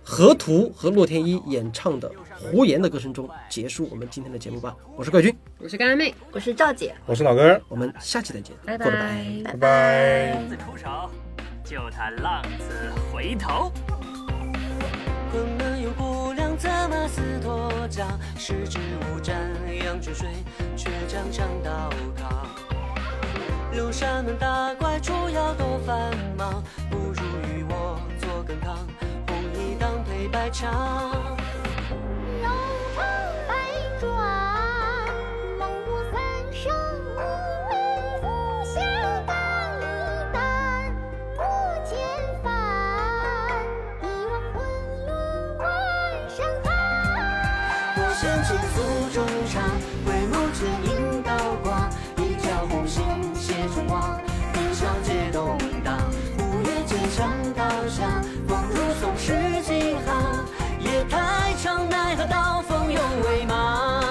[SPEAKER 1] 河图和洛天依演唱的《胡言》的歌声中结束我们今天的节目吧。我是怪军，
[SPEAKER 2] 我是干妹，
[SPEAKER 5] 我是赵姐，
[SPEAKER 4] 我是老根儿，
[SPEAKER 1] 我们下期再见，
[SPEAKER 2] 拜
[SPEAKER 1] 过得拜。
[SPEAKER 2] 拜。
[SPEAKER 4] 拜拜
[SPEAKER 6] 浪子出手，救他浪子回头。
[SPEAKER 7] 困难又不良，怎么死脱缰？十指无沾阳春水，却常常倒扛。六扇门打怪出要多繁忙，不如与我做羹汤，红衣当配白裳。
[SPEAKER 8] 柔肠百转，梦悟三生无畏无暇大一担，不减烦。一望昆仑万山寒。
[SPEAKER 7] 身倾诉衷肠，回眸只映刀光，一条红线写中往，天上皆动荡。五月街上道上，光如松十几行，夜太长，奈何道风有微茫。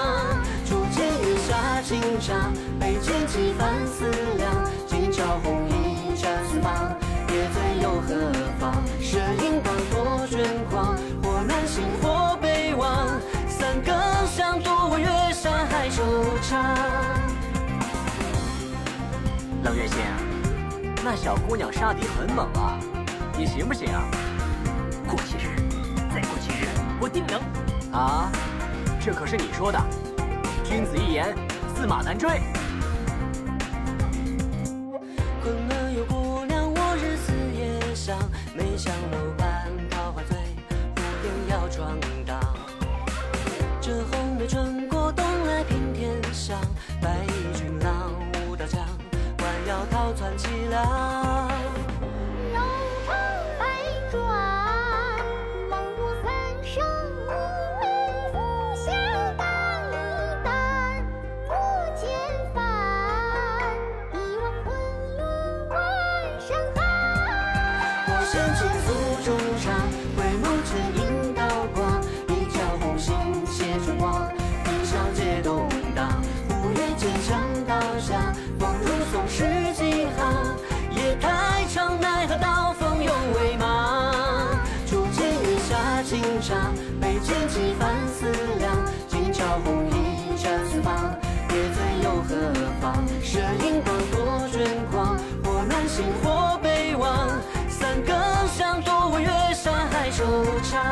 [SPEAKER 7] 初见月下情长，杯卷几番思量，今朝红衣绽放，别醉又何妨？射影斑驳卷狂，或南行或北望，三更响，独我月上还惆怅。
[SPEAKER 6] 冷月心，啊那小姑娘杀敌很猛啊，你行不行啊？过几日，再过几日，我定能。啊，这可是你说的，君子一言，驷马难追。
[SPEAKER 7] 关门有姑娘，我日思夜想，梅香楼畔桃花醉，蝴蝶摇窗荡。这红梅穿过冬来平天上，白衣俊郎舞刀枪，弯腰逃窜凄凉。
[SPEAKER 8] 柔肠百转，梦舞三生，奔赴笑淡一淡，不见返，一望昆仑万山寒。
[SPEAKER 7] 我身轻诉衷肠，回眸只映刀光，一条红线写春光，天上皆动荡。五月街上道上，光如松十几行，夜太长，奈何道风有微茫。初见月下情长，杯卷几番思量，今朝红衣绽放。别醉又何妨？射影斑驳卷狂，或南行或北望，三更响，独我月上还惆怅。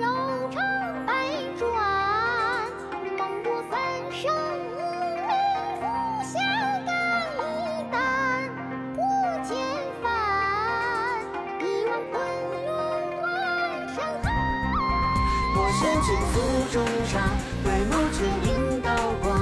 [SPEAKER 8] 柔肠百转，梦过三生，背负笑淡一淡，不见返，一望昆仑万山寒。
[SPEAKER 7] 我身轻诉衷肠，回眸只映刀光，